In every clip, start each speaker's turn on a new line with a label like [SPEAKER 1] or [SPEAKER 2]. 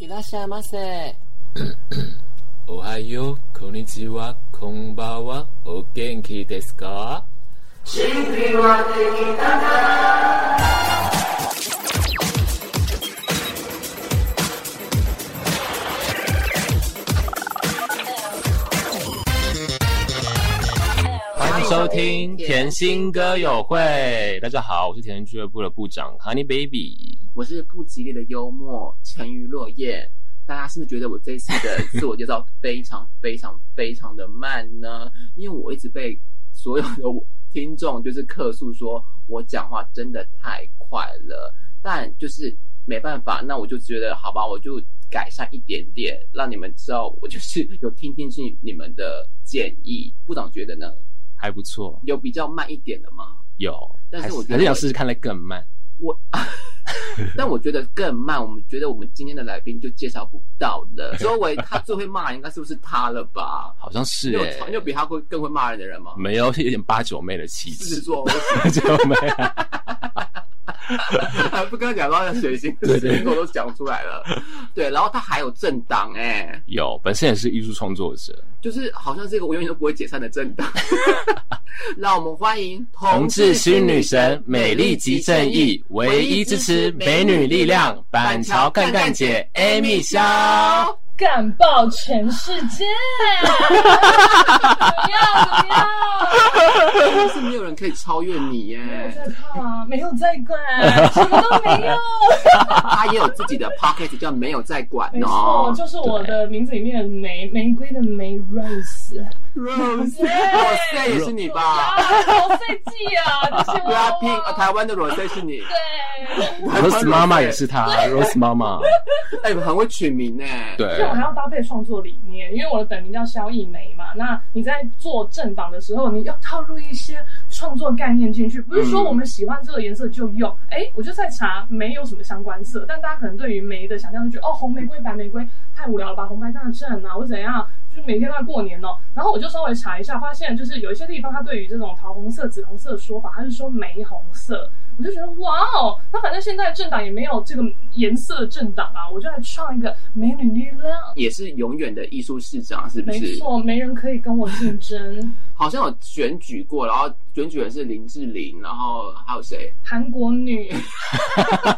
[SPEAKER 1] 伊拉西马塞，
[SPEAKER 2] おはよう、こんにちは、こんばんは、お元気ですか？欢迎收听甜心歌友会。大家好，我是甜心俱乐部的部长 Honey Baby。
[SPEAKER 1] 我是不吉利的幽默，沉鱼落雁。大家是不是觉得我这次的自我介绍非常非常非常的慢呢？因为我一直被所有的我听众就是客诉说我讲话真的太快了，但就是没办法，那我就觉得好吧，我就改善一点点，让你们知道我就是有听进去你们的建议。部长觉得呢？
[SPEAKER 2] 还不错，
[SPEAKER 1] 有比较慢一点的吗？
[SPEAKER 2] 有，
[SPEAKER 1] 但是
[SPEAKER 2] 还
[SPEAKER 1] 我觉得
[SPEAKER 2] 还是要
[SPEAKER 1] 我
[SPEAKER 2] 试试看，来更慢。
[SPEAKER 1] 我，但我觉得更慢。我们觉得我们今天的来宾就介绍不到 的，周围他最会骂人，应该是不是他了吧？
[SPEAKER 2] 好像是
[SPEAKER 1] 你有
[SPEAKER 2] 哎、
[SPEAKER 1] 你有比他会更会骂人的人吗？
[SPEAKER 2] 没有 有点八九妹的气
[SPEAKER 1] 狮子
[SPEAKER 2] 质，
[SPEAKER 1] 座，
[SPEAKER 2] 八九妹。
[SPEAKER 1] 我 不跟他讲到血型，
[SPEAKER 2] 对对
[SPEAKER 1] 星座都讲出来了。对，然后他还有政党哎、
[SPEAKER 2] 有，本身也是艺术创作 者，
[SPEAKER 1] 就是好像是一个我永远都不会解散的政 党。让我们欢迎
[SPEAKER 2] 同志新女神，美丽及正义，唯一支持美女力量，板桥干干姐 Amy 萧。
[SPEAKER 3] 干爆全世界！怎么样？怎么样？
[SPEAKER 1] 真是没有人可以超越你耶、
[SPEAKER 3] 没有在怕，没有在管，什么都没有。
[SPEAKER 1] 他也有自己的 podcast 叫没有在管
[SPEAKER 3] 没错
[SPEAKER 1] 哦，。
[SPEAKER 3] 就是我的名字里面的玫玫瑰的玫 rose。
[SPEAKER 1] Rose，Rose 也是你吧
[SPEAKER 3] 好设计啊，这些娃
[SPEAKER 1] ？Blackpink，呃台
[SPEAKER 3] 娃。
[SPEAKER 1] 湾的 Rose 是你。
[SPEAKER 3] 对，
[SPEAKER 2] Rose 妈妈也是她，Rose 妈妈，
[SPEAKER 1] 哎，很会取名呢。，
[SPEAKER 2] 对
[SPEAKER 3] 这，我还要搭配创作理念，因为我的本名叫萧逸梅嘛。那你在做政党的时候，你要套入一些创作概念进去，不是说我们喜欢这个颜色就用。哎、我就在查没有什么相关色，但大家可能对于梅的想象就觉得哦，红玫瑰、白玫瑰太无聊了吧，红白大战啊，或怎样，就是每天都在过年哦。然后我就稍微查一下，发现就是有一些地方它对于这种桃红色、紫红色的说法，它是说玫红色。我就觉得哇哦，那反正现在政党也没有这个颜色的政党啊，我就来创一个美女力量。
[SPEAKER 1] 也是永远的艺术市长，是不
[SPEAKER 3] 没
[SPEAKER 1] 是？
[SPEAKER 3] 错，没人可以跟我竞争。
[SPEAKER 1] 好像有选举过，然后选举人是林志玲，然后还有谁？
[SPEAKER 3] 韩国女，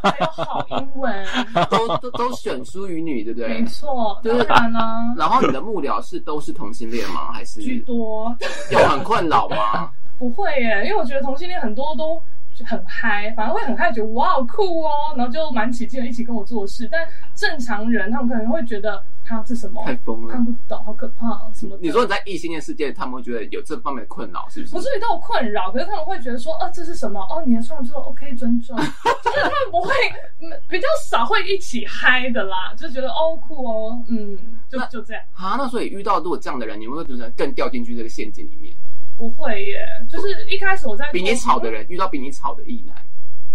[SPEAKER 3] 还有好英文，
[SPEAKER 1] 都都都选淑与女，对不对
[SPEAKER 3] 没？错，
[SPEAKER 1] 对
[SPEAKER 3] 当然啦、
[SPEAKER 1] 然后你的幕僚是都是同性恋吗？还是
[SPEAKER 3] 居多。
[SPEAKER 1] 有很困扰 吗？
[SPEAKER 3] 不会耶，因为我觉得同性恋很多都很嗨，反而会很嗨，觉得哇好酷哦，然后就蛮起劲的一起跟我做事。但正常人他们可能会觉得，哈这什么
[SPEAKER 1] 太疯了
[SPEAKER 3] 看！不懂，好可怕什么的。
[SPEAKER 1] 你说你在异性恋世界，他们会觉得有这方面的困扰，是不是？
[SPEAKER 3] 不至于到困扰，可是他们会觉得说，哦、这是什么？哦，你的创作 OK 尊重， 就是他们不会，嗯比较少会一起嗨的啦，就觉得哦酷哦，嗯，就
[SPEAKER 1] 那
[SPEAKER 3] 就这样，
[SPEAKER 1] 啊，那所以遇到如果这样的人，你们会不会更掉进去这个陷阱里面？
[SPEAKER 3] 不会耶，就是一开始我在
[SPEAKER 1] 比你
[SPEAKER 3] 做
[SPEAKER 1] 吵的人遇到比你吵的异男，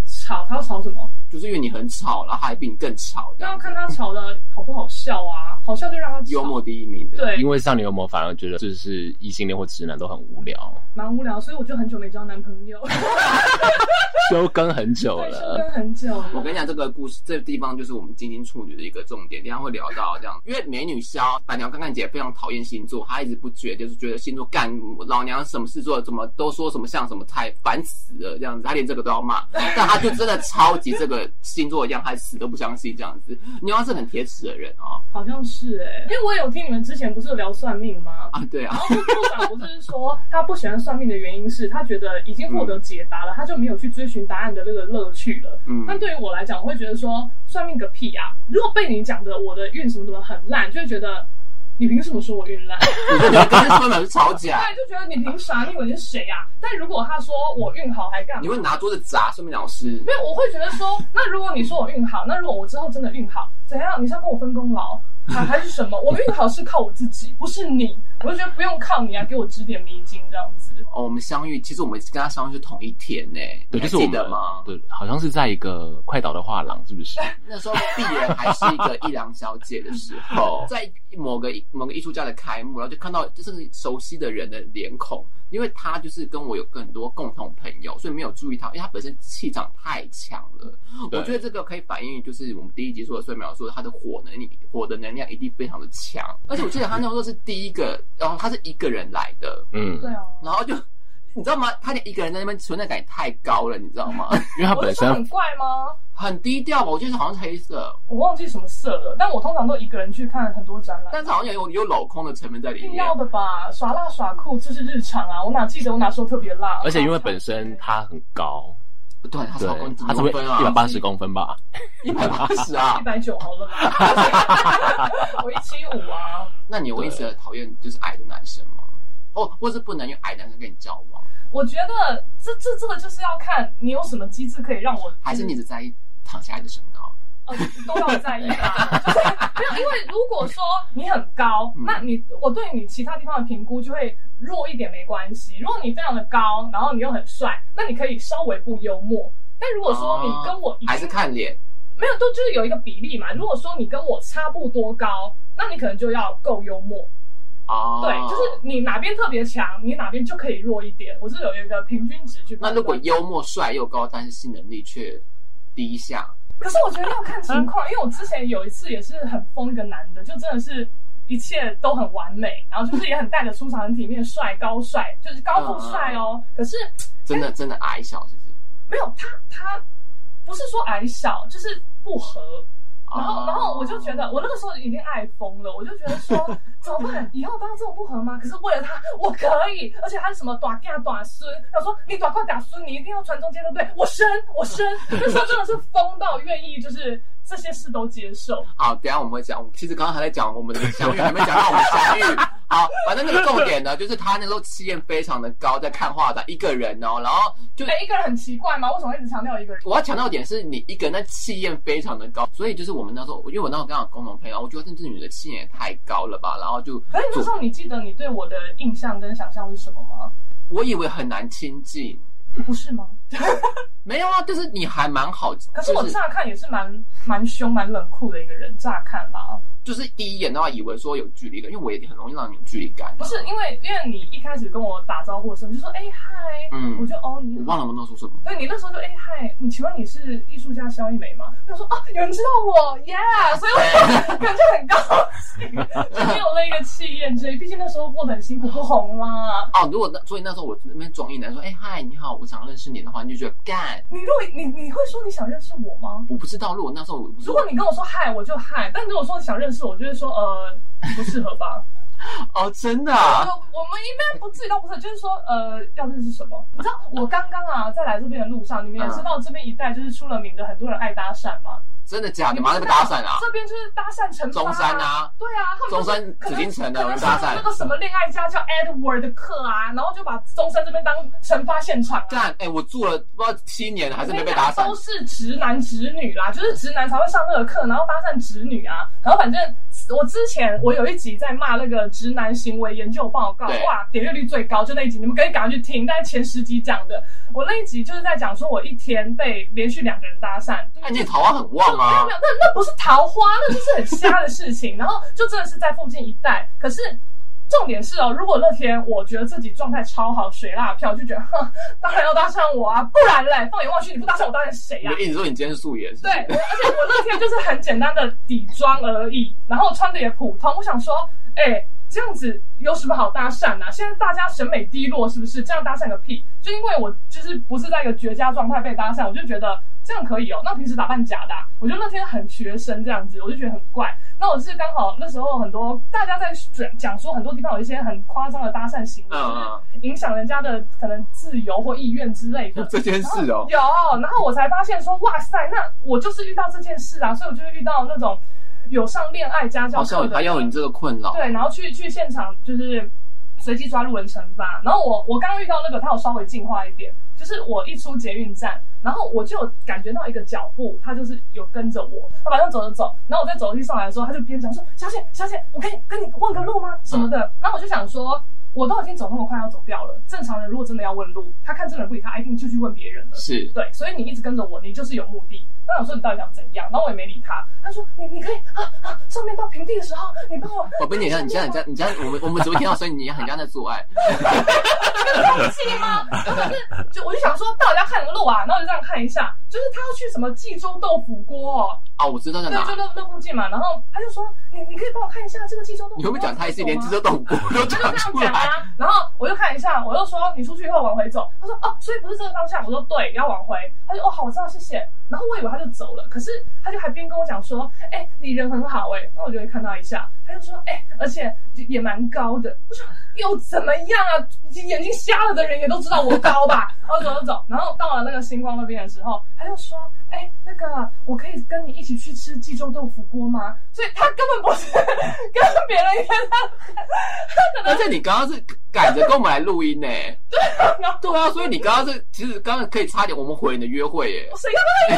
[SPEAKER 3] 吵，他要吵什么？
[SPEAKER 1] 就是因为你很吵，然后他还比你更吵，这
[SPEAKER 3] 那要
[SPEAKER 1] 样
[SPEAKER 3] 看他吵的好不好笑啊，好笑就让他吵
[SPEAKER 1] 幽默第一名的。，
[SPEAKER 3] 对
[SPEAKER 2] 因，为上流魔反而觉得就是异性恋或直男都很无聊，
[SPEAKER 3] 蛮无聊，所以我就很久没交男朋友，
[SPEAKER 2] 休更很久
[SPEAKER 3] 对，深
[SPEAKER 2] 了。
[SPEAKER 3] 耕很久了。
[SPEAKER 1] 我跟你讲，这个故事这个地方就是我们金星处女的一个重点，等一下会聊到这样。因为美女肖板娘刚刚姐非常讨厌星座，她一直不觉，就是觉得星座干老娘什么事做，怎么都说什么像什么太烦死了这样子，她连这个都要骂，但她就真的超级这个星座一样，还死都不相信这样子。你要是很铁齿的人哦，
[SPEAKER 3] 好像是哎、因为我有听你们之前不是有聊算命吗？
[SPEAKER 1] 啊对啊
[SPEAKER 3] 然，后部长不是说他不喜欢算命的原因是他觉得已经获得解答了，他就没有去追寻答案的那个乐趣了。
[SPEAKER 1] 嗯
[SPEAKER 3] 但对于我来讲，我会觉得说算命个屁啊！如果被你讲的我的运什么什么很烂，就会觉得你凭什么说我运烂？
[SPEAKER 1] 你这人跟双表是吵起来，
[SPEAKER 3] 对，就觉得你凭啥？你以为你是谁啊？但如果他说我运好还干嘛？
[SPEAKER 1] 你会拿桌子砸顺便老师。
[SPEAKER 3] 没有，我会觉得说，那如果你说我运好，那如果我之后真的运好，怎样？你是要跟我分功劳，还还是什么？我运好是靠我自己，不是你。我就觉得不用靠你啊来给我指点迷津这样子。
[SPEAKER 2] 嗯
[SPEAKER 1] 哦，我们相遇，其实我们跟他相遇是同一天呢、你
[SPEAKER 2] 对，
[SPEAKER 1] 还
[SPEAKER 2] 就是我
[SPEAKER 1] 记
[SPEAKER 2] 们
[SPEAKER 1] 得吗？
[SPEAKER 2] 对，好像是在一个快倒的画廊，是 不是？
[SPEAKER 1] 那时候鄙人还是一个一良小姐的时 候，在某个某个艺术家的开幕，然后就看到就是熟悉的人的脸孔，因为他就是跟我有更多共同朋友，所以没有注意到，因为他本身气场太强了。
[SPEAKER 2] 对
[SPEAKER 1] 我觉得这个可以反映，就是我们第一集说的睡苗说他的火能力，火的能量一定非常的强。 而且我记得他那时候是第一个，然后他是一个人来的，
[SPEAKER 2] 嗯，
[SPEAKER 3] 对哦，
[SPEAKER 1] 然后就你知道吗？他连一个人在那边存在感也太高了，你知道 吗？
[SPEAKER 2] 因为他
[SPEAKER 3] 我
[SPEAKER 2] 本
[SPEAKER 3] 是说
[SPEAKER 2] 身
[SPEAKER 3] 很怪吗？
[SPEAKER 1] 很低调吧，我记得好像是黑色，
[SPEAKER 3] 我忘记什么色了，但我通常都一个人去看很多展览。
[SPEAKER 1] 但是好像有有镂空的成分在
[SPEAKER 3] 一
[SPEAKER 1] 里
[SPEAKER 3] 定
[SPEAKER 1] 面
[SPEAKER 3] 要。的吧，耍辣耍酷这是日常啊！我哪记得我哪时候特别辣？
[SPEAKER 2] 而且因为本身他很高，
[SPEAKER 1] 对，他
[SPEAKER 2] 对
[SPEAKER 1] 超公，
[SPEAKER 2] 他
[SPEAKER 1] 怎
[SPEAKER 2] 这
[SPEAKER 1] 么
[SPEAKER 2] 边
[SPEAKER 1] 分
[SPEAKER 2] 一百
[SPEAKER 1] 啊？
[SPEAKER 2] 八十公分吧，
[SPEAKER 1] 一百八十啊
[SPEAKER 3] 一！百九好了啦， 我一七五啊。
[SPEAKER 1] 那你有一直讨厌就是矮的男生吗？哦，或是不能用矮男生跟你交往，
[SPEAKER 3] 我觉得这这这个就是要看你有什么机制可以让我，
[SPEAKER 1] 还是你只在意躺下来的身高？
[SPEAKER 3] 呃都要在 意吧。就是没有，因为如果说你很高，
[SPEAKER 1] 嗯
[SPEAKER 3] 那你我对你其他地方的评估就会弱一点，没关系。如果你非常的高，然后你又很帅，那你可以稍微不幽默。但如果说你跟我已
[SPEAKER 1] 哦
[SPEAKER 3] 经
[SPEAKER 1] 还是看脸？
[SPEAKER 3] 没有，都就是有一个比例嘛。如果说你跟我差不多高，那你可能就要够幽默。
[SPEAKER 1] 哦，
[SPEAKER 3] 对，就是你哪边特别强，你哪边就可以弱一点。我是有一个平均值去判
[SPEAKER 1] 那
[SPEAKER 3] 断。
[SPEAKER 1] 如果幽默帅又高，但是性能力却低下，
[SPEAKER 3] 可是我觉得要看情况，因为我之前有一次也是很疯一个男的，就真的是一切都很完美，然后就是也很带着出场，很体面，帅高帅，就是高富帅哦。可是
[SPEAKER 1] 真
[SPEAKER 3] 哎
[SPEAKER 1] 的真的矮小，是不是？
[SPEAKER 3] 没有他，他不是说矮小，就是不合。然
[SPEAKER 1] 哦
[SPEAKER 3] 后，然后我就觉得，我那个时候已经爱疯了，我就觉得 说，怎么办？以后当这种不合吗？可是为了他，我可以，而且他是什么短嫁短孙，他说你短嫁短孙，你一定要传宗接代，对不对？我生，我生，那时候真的是疯到愿意，就是这些事都接受。
[SPEAKER 1] 好，等一下我们会讲。我们其实刚刚还在讲我们的相遇，还没讲到我们相遇。好，反正那个重点呢，就是他那时候气焰非常的高，在看画展，一个人哦，然后就
[SPEAKER 3] 哎，一个人很奇怪吗？为什么一直强调一个人？
[SPEAKER 1] 我要强调的点是你一个人，那气焰非常的高，所以就是我们那时候，因为我那时候刚好有共同朋友，我觉得这女的气焰也太高了吧，然后就
[SPEAKER 3] 可是那时候你记得你对我的印象跟想象是什么吗？
[SPEAKER 1] 我以为很难亲近，
[SPEAKER 3] 不是吗？
[SPEAKER 1] 没有啊，就是你还蛮好，
[SPEAKER 3] 可是我
[SPEAKER 1] 就是
[SPEAKER 3] 乍看也是蛮蛮凶、蛮冷酷的一个人，乍看啦。
[SPEAKER 1] 就是第一眼的话，以为说有距离感，因为我也很容易让你有距离感、
[SPEAKER 3] 不是，因为因为你一开始跟我打招呼的时候，你就说哎嗨，
[SPEAKER 1] 嗯
[SPEAKER 3] 我就哦你
[SPEAKER 1] 我
[SPEAKER 3] 好，
[SPEAKER 1] 忘了我那时候说什么。
[SPEAKER 3] 对你那时候就哎嗨，你请问你是艺术家肖一梅吗？我就说啊有人知道我耶所以我 感觉很高兴，就没有那个气焰之类。毕竟那时候过得很辛苦，不红啦。
[SPEAKER 1] 哦，如果那所以那时候我那边装一男说，哎、嗨，你好，我想认识你的话，你就觉得干，
[SPEAKER 3] 你如果你你会说你想认识我吗？
[SPEAKER 1] 我不知道，如果那时候我不是
[SPEAKER 3] 如果你跟我说嗨，我就嗨；但如果说你想认识我，我就会说呃不适合吧。
[SPEAKER 1] 哦，真的、
[SPEAKER 3] 我
[SPEAKER 1] 啊，
[SPEAKER 3] 我们一般不至于到不是，就是说，呃，要认识什么？你知道，我刚刚啊，在来这边的路上，你们也知道，这边一带就是出了名的，很多人爱搭讪嘛。
[SPEAKER 1] 真的假的？马上被搭讪啊！
[SPEAKER 3] 这边就是搭讪成
[SPEAKER 1] 中山啊，
[SPEAKER 3] 对啊，他们
[SPEAKER 1] 中山
[SPEAKER 3] 可
[SPEAKER 1] 紫
[SPEAKER 3] 能
[SPEAKER 1] 禁城的
[SPEAKER 3] 可
[SPEAKER 1] 我
[SPEAKER 3] 能
[SPEAKER 1] 们
[SPEAKER 3] 是
[SPEAKER 1] 搭讪
[SPEAKER 3] 那，个什么恋爱家叫 Edward 的课啊，然后就把中山这边当惩罚现场啊。
[SPEAKER 1] 干，哎、我住了不知道七年了，还是没被
[SPEAKER 3] 我
[SPEAKER 1] 搭
[SPEAKER 3] 跟你讲都
[SPEAKER 1] 讪。
[SPEAKER 3] 是直男直女啦，就是直男才会上那个课，然后搭讪直女啊。然后反正我之前我有一集在骂那个直男行为研究报告
[SPEAKER 1] 对，
[SPEAKER 3] 哇，点阅率最高，就那一集，你们可以赶快去听，大概前十集讲的。我那一集就是在讲说我一天被连续两个人搭讪，
[SPEAKER 1] 哎、你桃花很旺
[SPEAKER 3] 没有
[SPEAKER 1] 啊
[SPEAKER 3] 没！有，那那不是桃花，那就是很瞎的事情。然后就真的是在附近一带，可是。重点是哦，如果那天我觉得自己状态超好，水辣票，就觉得哼，当然要搭讪我啊，不然嘞，放眼望去，你不搭讪我搭讪谁
[SPEAKER 1] 你
[SPEAKER 3] 啊呀、
[SPEAKER 1] 就一直说你今天是素颜，是不
[SPEAKER 3] 对，
[SPEAKER 1] 是
[SPEAKER 3] 而且我那天就是很简单的底妆而已，然后穿的也普通。我想说，哎、这样子有什么好搭讪啊？现在大家审美低落，是不是？这样搭讪个屁！就因为我就是不是在一个绝佳状态被搭讪，我就觉得这样可以哦。那平时打扮假的啊、我觉得那天很学生这样子，我就觉得很怪。那我是刚好那时候很多大家在讲讲说很多地方有一些很夸张的搭讪行为，
[SPEAKER 1] 嗯
[SPEAKER 3] 就是影响人家的可能自由或意愿之类的。
[SPEAKER 1] 这件事哦、
[SPEAKER 3] 有，然后我才发现说，哇塞，那我就是遇到这件事啊，所以我就会遇到那种有上恋爱家教
[SPEAKER 1] 好像
[SPEAKER 3] 课
[SPEAKER 1] 有
[SPEAKER 3] 的
[SPEAKER 1] 还，有你这个困扰。
[SPEAKER 3] 对，然后去去现场就是随机抓路人惩罚。然后我我刚遇到那个，他有稍微进化一点，就是我一出捷运站，然后我就有感觉到一个脚步，他就是有跟着我，他马上走着走，然后我在
[SPEAKER 1] 嗯
[SPEAKER 3] 走楼梯上来的时候，他就边讲说：“小姐，小姐，我可以跟你问个路吗？”什么的。然后我就想说。我都已经走那么快要走掉了，正常人如果真的要问路，他看这个人不理他，一定就去问别人了。
[SPEAKER 1] 是
[SPEAKER 3] 对，所以你一直跟着我，你就是有目的。那我说你到底想怎样？然后我也没理他。他说你你可以啊啊，上面到平地的时候，你帮我。
[SPEAKER 1] 宝贝，你像你像你像你像我们我们只会听到声音，你很像在做爱。
[SPEAKER 3] 东西吗？然后就是就我就想说，到底要看什么路啊？然后我就这样看一下，就是他要去什么济州豆腐锅、哦，
[SPEAKER 1] 哦，我知道在
[SPEAKER 3] 对，
[SPEAKER 1] 哪
[SPEAKER 3] 就。那那附近嘛。然后他就说，你你可以帮我看一下这个济州豆腐锅
[SPEAKER 1] 你会不会讲他一次连制作
[SPEAKER 3] 啊
[SPEAKER 1] 动物都
[SPEAKER 3] 他就
[SPEAKER 1] 讲出
[SPEAKER 3] 这样讲
[SPEAKER 1] 来？
[SPEAKER 3] 啊，然后我就看一下，我就说你出去以后往回走。他说哦，所以不是这个方向。我说对，要往回。他就哦好，我知道，谢谢。然后我以为他就走了，可是他就还边跟我讲说，哎、你人很好哎、然后我就会看到一下，他就说哎、而且也蛮高的。我说又怎么样啊？眼睛瞎了的人也都知道我高吧？然后走走走，然后到了那个星光那边的时候，他就说哎、那个我可以跟你一起去吃济州豆腐锅吗？所以他根本不是 跟别人约他。
[SPEAKER 1] 而且你刚刚是赶着跟我们来录音呢、
[SPEAKER 3] 然后
[SPEAKER 1] 对啊，所以你刚刚是其实刚刚可以差点我们毁你的约会耶、
[SPEAKER 3] 谁跟他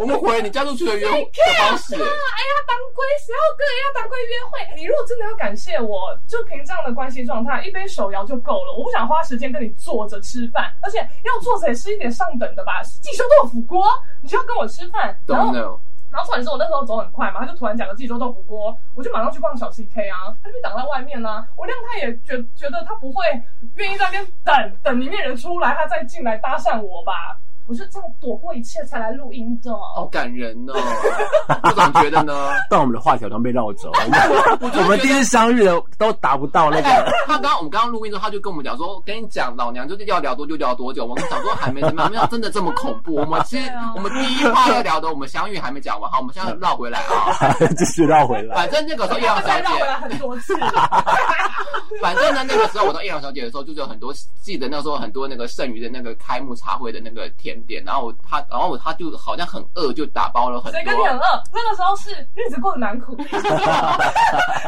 [SPEAKER 1] 我们毁了你嫁出去的约 会的方式、耶
[SPEAKER 3] 哎呀，当归谁要跟人家当归约会？你如果真的要感谢我，就凭这样的关系状态，一杯手摇就够了。我不想花时间跟你坐着吃饭，而且要坐着也吃一点上等的吧，济州豆腐锅，你就要跟我吃饭。然
[SPEAKER 1] 懂
[SPEAKER 3] 后，
[SPEAKER 1] 了。
[SPEAKER 3] 然后重点是我那时候走很快嘛，他就突然讲个济州豆腐锅，我就马上去逛小 CK 啊，他就被挡在外面啦、啊我让他也觉觉得他不会愿意在那边等等里面人出来，他再进来搭讪我吧。我就这样躲过一切才来录音的。
[SPEAKER 1] 好感人哦！我怎么觉 得呢？
[SPEAKER 2] 但我们的话题好像被绕走了。我们我 们第一次相遇的都达不到那个，
[SPEAKER 1] 哎他刚刚我们刚刚录音的时候，他就跟我们讲说：“我跟你讲，老娘就是要聊多久聊多久。”我们想说还没怎么样，没有真的这么恐 怖。我们其实
[SPEAKER 3] 对啊
[SPEAKER 1] 我们第一话要聊的，我们相遇还没讲完，好，我们现在绕回来啊。
[SPEAKER 2] 继续绕回来。
[SPEAKER 1] 反正那个时候叶
[SPEAKER 3] 他
[SPEAKER 1] 阳
[SPEAKER 3] 们
[SPEAKER 1] 小
[SPEAKER 3] 再绕回
[SPEAKER 1] 姐，
[SPEAKER 3] 来很多次。
[SPEAKER 1] 反正呢那个时候我到叶阳小姐的时候，就是有很多记得那时候很多那个剩余的那个开幕茶会的那个甜点，然后我他然后我他就好像很饿，就打包了很
[SPEAKER 3] 谁跟你很
[SPEAKER 1] 多，
[SPEAKER 3] 饿？那个时候是日子过得蛮苦，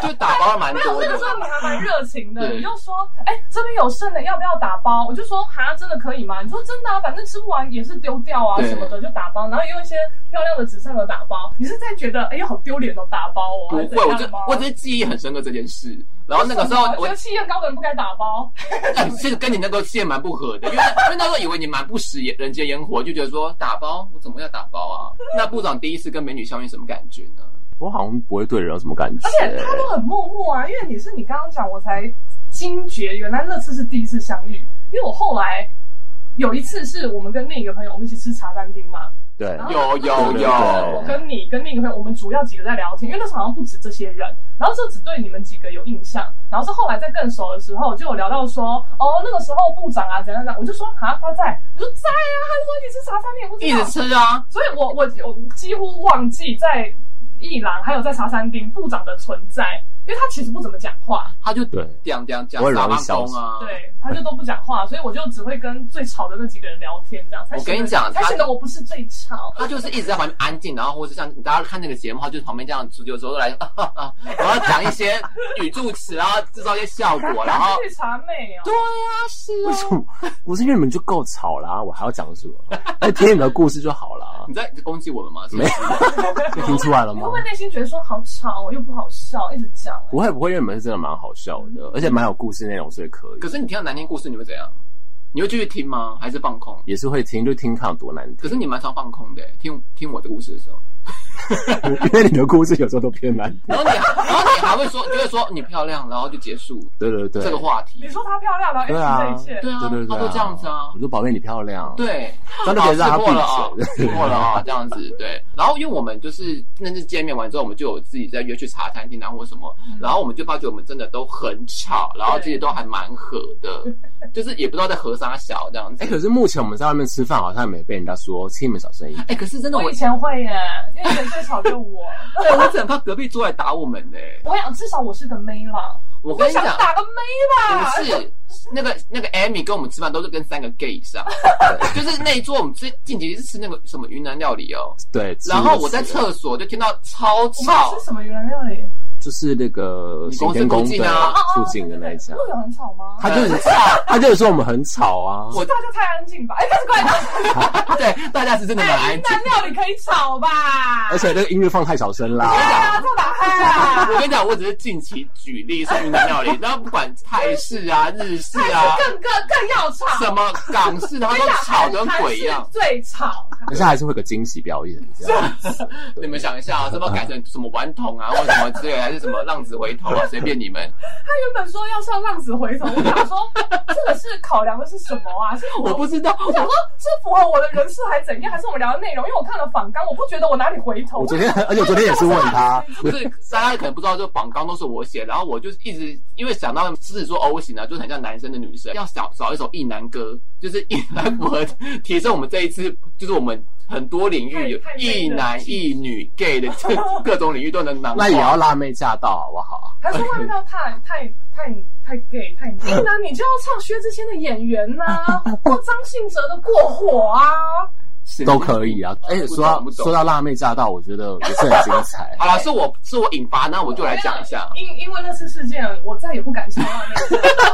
[SPEAKER 1] 就打包了蛮
[SPEAKER 3] 没有
[SPEAKER 1] 多
[SPEAKER 3] 那
[SPEAKER 1] 的
[SPEAKER 3] 个时。候你还蛮热情的，
[SPEAKER 1] 对
[SPEAKER 3] 你就说，哎、这边有剩的，要不要打包？我就说，哈，真的可以吗？你说真的啊，反正吃不完也是丢掉啊
[SPEAKER 1] 对
[SPEAKER 3] 什么的，就打包，然后用一些漂亮的纸上的打包。你是在觉得，哎、呀，好丢脸哦，打包哦，
[SPEAKER 1] 不
[SPEAKER 3] 还是
[SPEAKER 1] 会，我
[SPEAKER 3] 怎
[SPEAKER 1] 就
[SPEAKER 3] 样吗
[SPEAKER 1] 我只是记忆很深刻这件事。然后那个时候
[SPEAKER 3] 为什么
[SPEAKER 1] 我
[SPEAKER 3] 觉得气焰高的人不该打包，
[SPEAKER 1] 但其实跟你那个线蛮不合的，因为因为那时候以为你蛮不食人间烟火，就觉得说打包我怎么要打包啊？那部长第一次跟美女相遇什么感觉呢？
[SPEAKER 2] 我好像不会对人有什么感觉
[SPEAKER 3] 而。且他都很默默啊，因为你是你刚刚讲，我才惊觉原来那次是第一次相遇，因为我后来。有一次是我们跟另一个朋友，我们一起吃茶餐厅嘛，
[SPEAKER 2] 对，
[SPEAKER 3] 然后
[SPEAKER 1] 有有有，
[SPEAKER 3] 我跟你跟另一个朋友，我们主要几个在聊天，因为那时候好像不止这些人，然后就只对你们几个有印象，然后是后来在更熟的时候，就有聊到说，哦，那个时候部长啊怎样怎样，我就说啊他在，我说在啊，他说一起吃茶餐厅，我
[SPEAKER 1] 一
[SPEAKER 3] 知
[SPEAKER 1] 直
[SPEAKER 3] 道，
[SPEAKER 1] 吃啊，
[SPEAKER 3] 所以我我我几乎忘记在伊朗还有在茶餐厅部长的存在，因为他其实不怎么讲话，
[SPEAKER 1] 他就
[SPEAKER 2] 对
[SPEAKER 1] 这样这样讲
[SPEAKER 2] 我很容
[SPEAKER 1] 沙
[SPEAKER 2] 易
[SPEAKER 1] 发
[SPEAKER 2] 消
[SPEAKER 1] 风啊，。
[SPEAKER 3] 对，他就都不讲话，所以我就只会跟最吵的那几个人聊天，这样才
[SPEAKER 1] 我跟
[SPEAKER 3] 显得
[SPEAKER 1] 你讲
[SPEAKER 3] 才
[SPEAKER 1] 他
[SPEAKER 3] 显得我不是最吵。
[SPEAKER 1] 他就是一直在旁边安静，然后或是像大家看那个节目，他就旁边这样子，有时候来， 然后讲一些语助词，然后制造一些效果，然 后
[SPEAKER 3] 绿茶妹哦
[SPEAKER 1] 对，啊，是
[SPEAKER 2] 为
[SPEAKER 1] 啊
[SPEAKER 2] 什，么？不是因为你们就够吵啦，我还要讲什么？ 哎，听你们的故事就好啦。
[SPEAKER 1] 你在攻击我们吗？是不
[SPEAKER 2] 没
[SPEAKER 1] 是
[SPEAKER 2] 听出来了
[SPEAKER 3] 你
[SPEAKER 2] 吗
[SPEAKER 3] 会不？会内心觉得说好吵哦，又不好笑，一直讲、
[SPEAKER 2] 不会不会，因为你们是真的蛮好笑的，而且蛮有故事内容，所以可以。
[SPEAKER 1] 可是你听到难听故事，你会怎样？你会继续听吗？还是放空？
[SPEAKER 2] 也是会听，就听看有多难
[SPEAKER 1] 可
[SPEAKER 2] 听。
[SPEAKER 1] 是你蛮常放空的，欸听听我的故事的时候，
[SPEAKER 2] 因为你的故事有时候都偏难听。
[SPEAKER 1] 然后你 还，然后你还会说，就会说你漂亮，然后就结束
[SPEAKER 2] 对对对，
[SPEAKER 1] 这个话题
[SPEAKER 3] 你。说她漂亮，然
[SPEAKER 2] 对
[SPEAKER 3] 后
[SPEAKER 2] 啊
[SPEAKER 3] 演这一切，
[SPEAKER 1] 对啊，
[SPEAKER 2] 对对对
[SPEAKER 1] 他
[SPEAKER 2] 啊，
[SPEAKER 1] 都这样子啊
[SPEAKER 2] 我。说宝贝，你漂亮。
[SPEAKER 1] 对，
[SPEAKER 2] 真的
[SPEAKER 1] 好
[SPEAKER 2] 可以
[SPEAKER 1] 吃
[SPEAKER 2] 让他
[SPEAKER 1] 过了啊
[SPEAKER 2] 闭，
[SPEAKER 1] 吃过了啊，这 样子对。然后因为我们就是那次见面完之后，我们就有自己在约去茶餐厅啊或什么，
[SPEAKER 3] 嗯
[SPEAKER 1] 然后我们就发觉我们真的都很吵，然后其实都还蛮合 的，就是也不知道在合啥小这样子
[SPEAKER 2] 哎，。可是目前我们在外面吃饭，好像也没被人家说，请你们小声一点。
[SPEAKER 1] 哎，可是真的
[SPEAKER 3] 我
[SPEAKER 1] 我
[SPEAKER 3] 以，前会耶，因为以前最吵就 我。
[SPEAKER 1] 对我真的很怕隔壁桌来打我们呢。
[SPEAKER 3] 我想至少我是个妹啦，
[SPEAKER 1] 我
[SPEAKER 3] 我
[SPEAKER 1] 跟你
[SPEAKER 3] 想
[SPEAKER 1] 讲，
[SPEAKER 3] 打啊个妹吧。
[SPEAKER 1] 不是那个那个 Amy 跟我们吃饭都是跟三个 gay 以 上，就是那一桌我们最近期是吃那个什么云南料理哦，
[SPEAKER 2] 对，吃
[SPEAKER 1] 然后我
[SPEAKER 2] 的
[SPEAKER 1] 在
[SPEAKER 2] 时候
[SPEAKER 1] 厕所就听到超
[SPEAKER 3] 我们
[SPEAKER 1] 吵
[SPEAKER 3] 吃，什么云南料理？
[SPEAKER 2] 就是那个
[SPEAKER 1] 你
[SPEAKER 2] 行
[SPEAKER 1] 公司
[SPEAKER 2] 天
[SPEAKER 1] 附
[SPEAKER 2] 宫
[SPEAKER 1] 近
[SPEAKER 2] 的
[SPEAKER 1] 啊
[SPEAKER 2] 附近的那一家
[SPEAKER 3] 路，有很吵吗？
[SPEAKER 2] 他就是
[SPEAKER 1] 嗯
[SPEAKER 2] 他就是说我们很吵啊。
[SPEAKER 1] 我
[SPEAKER 3] 大家太安静吧？哎，开始过来，
[SPEAKER 1] 对大家是真的蛮
[SPEAKER 3] 哎
[SPEAKER 1] 安
[SPEAKER 3] 云
[SPEAKER 1] 静
[SPEAKER 3] 南。料理可以吵吧？
[SPEAKER 2] 而且那个音乐放太小声 啦
[SPEAKER 3] 对。啊，这哪
[SPEAKER 1] 我跟你讲，我只是近期举例说明的料理，然 后不管泰式啊、日式啊，
[SPEAKER 3] 更更更要吵，
[SPEAKER 1] 什么港式，他都吵得跟鬼一样。
[SPEAKER 3] 最吵。
[SPEAKER 2] 但是还是会有个惊喜表演，这样
[SPEAKER 1] 你们想一下、啊，什么改成什么顽童啊，或者什么之类，还是什么浪子回头 啊，随便你们。
[SPEAKER 3] 他原本说要上浪子回头，我想说这个是考量的是什么啊？是
[SPEAKER 1] 我不知道，
[SPEAKER 3] 我想说是符合我的人设还怎样？还是我们聊的内容？因为我看了访纲，我不觉得我哪里回头。
[SPEAKER 2] 我昨天，而且我昨天也是问 他，
[SPEAKER 1] 不是，大家可能不知道，这个榜纲都是我写，然后我就一直因为想到狮子座 O 型啊，就是很像男生的女生，要找找一首意男歌，就是意来符合提升我们这一次，就是我们很多领域有
[SPEAKER 3] 太太
[SPEAKER 1] 一男一女 gay 的这各种领域都能囊括
[SPEAKER 2] 那。也要辣妹驾到啊好不好？
[SPEAKER 3] 还是外面到太太太太 gay 太硬那你就要唱薛之谦的《演员》 呐，或张信哲的《过火》啊。
[SPEAKER 1] 是
[SPEAKER 2] 都可以啊。而且说
[SPEAKER 1] 嗯不
[SPEAKER 2] 到
[SPEAKER 1] 懂不懂
[SPEAKER 2] 说到辣妹驾到，我觉得也是很精 彩。
[SPEAKER 1] 好了，是我是我引发，那我就来讲一下。
[SPEAKER 3] 因因为那次事件，我再也不敢唱那个。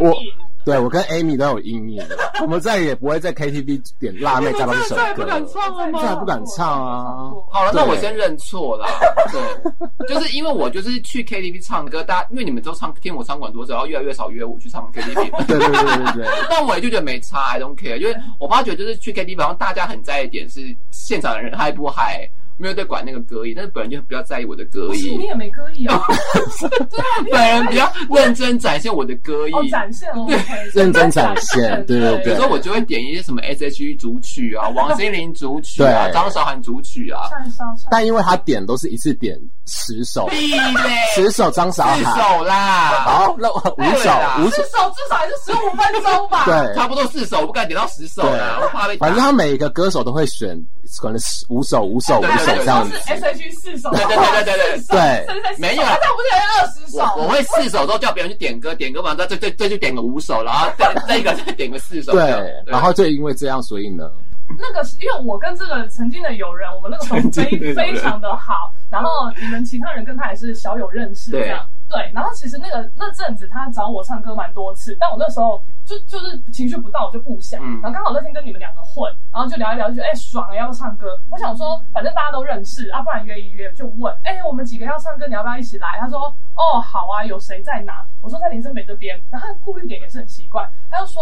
[SPEAKER 2] 我对我跟 Amy 都有 阴影，我们再也不会在 KTV 点辣妹驾到这首
[SPEAKER 1] 你们真的再也不敢
[SPEAKER 2] 歌。
[SPEAKER 1] 唱了吗
[SPEAKER 2] 再也不敢唱啊
[SPEAKER 1] 好了，那我
[SPEAKER 2] 对
[SPEAKER 1] 先认错啦。 对，就是因为我就是去 KTV 唱歌，大家因为你们都唱听我唱管多久，然后越来越少约我去唱 KTV。
[SPEAKER 2] 对对对对对，
[SPEAKER 1] 但我也就觉得没差，I don't care。因为我发觉就是去 KTV，好像大家很在意的点是现场的人嗨不嗨，没有在管那个歌艺，但是本人就比较在意我的歌
[SPEAKER 3] 不是你
[SPEAKER 1] 艺，
[SPEAKER 3] 也没歌艺啊？对啊，你也
[SPEAKER 1] 本人比较认真展现我的歌艺。
[SPEAKER 3] 哦展现哦，
[SPEAKER 2] 认真展现对对
[SPEAKER 1] 有
[SPEAKER 2] 对
[SPEAKER 1] 时候我就会点一些什么 S.H.E 主曲 啊、王心凌主曲啊、
[SPEAKER 2] 对
[SPEAKER 1] 张韶涵主曲 啊，
[SPEAKER 3] 上上上。
[SPEAKER 2] 但因为他点都是一次点十首，
[SPEAKER 1] 屁嘞，
[SPEAKER 2] 十首张韶
[SPEAKER 1] 四
[SPEAKER 2] 涵，
[SPEAKER 1] 首啦，
[SPEAKER 2] 好，那我五
[SPEAKER 1] 对
[SPEAKER 2] 首
[SPEAKER 1] 啦
[SPEAKER 2] 五
[SPEAKER 3] 至
[SPEAKER 2] 首，
[SPEAKER 3] 少至少还是十五分钟吧。
[SPEAKER 2] 对，
[SPEAKER 1] 差不多四首，我不敢点到十首啦，
[SPEAKER 2] 对
[SPEAKER 1] 我怕被打
[SPEAKER 2] 反正他每一个歌手都会选可能十五首、五首、五
[SPEAKER 1] 对
[SPEAKER 2] 首
[SPEAKER 1] 对对
[SPEAKER 2] 这样子
[SPEAKER 3] 是。S H 四首，
[SPEAKER 1] 对对 对对对对
[SPEAKER 2] 对
[SPEAKER 1] 没有
[SPEAKER 3] 他才不是二十首，
[SPEAKER 1] 我我会四首都叫别人去点歌，点歌完再再再再去点个五首，然后再再一个再点个四首这样，
[SPEAKER 2] 对，然后就因为这样，所以呢，
[SPEAKER 3] 那个是因为我跟这个曾经的友人，我们那个时候
[SPEAKER 1] 曾经的友
[SPEAKER 3] 非
[SPEAKER 1] 人
[SPEAKER 3] 非常的好，然后你们其他人跟他也是小有认识这样。对，然后其实那个那阵子他找我唱歌蛮多次，但我那时候就就是情绪不到，我就不想。
[SPEAKER 1] 嗯
[SPEAKER 3] 然后刚好那天跟你们两个混，然后就聊一聊，就觉得哎、爽啊，要不要唱歌？我想说反正大家都认识啊，不然约一约，就问哎、我们几个要唱歌，你要不要一起来？他说哦好啊，有谁在哪？我说在林森北这边，然后他顾虑点也是很奇怪，他就说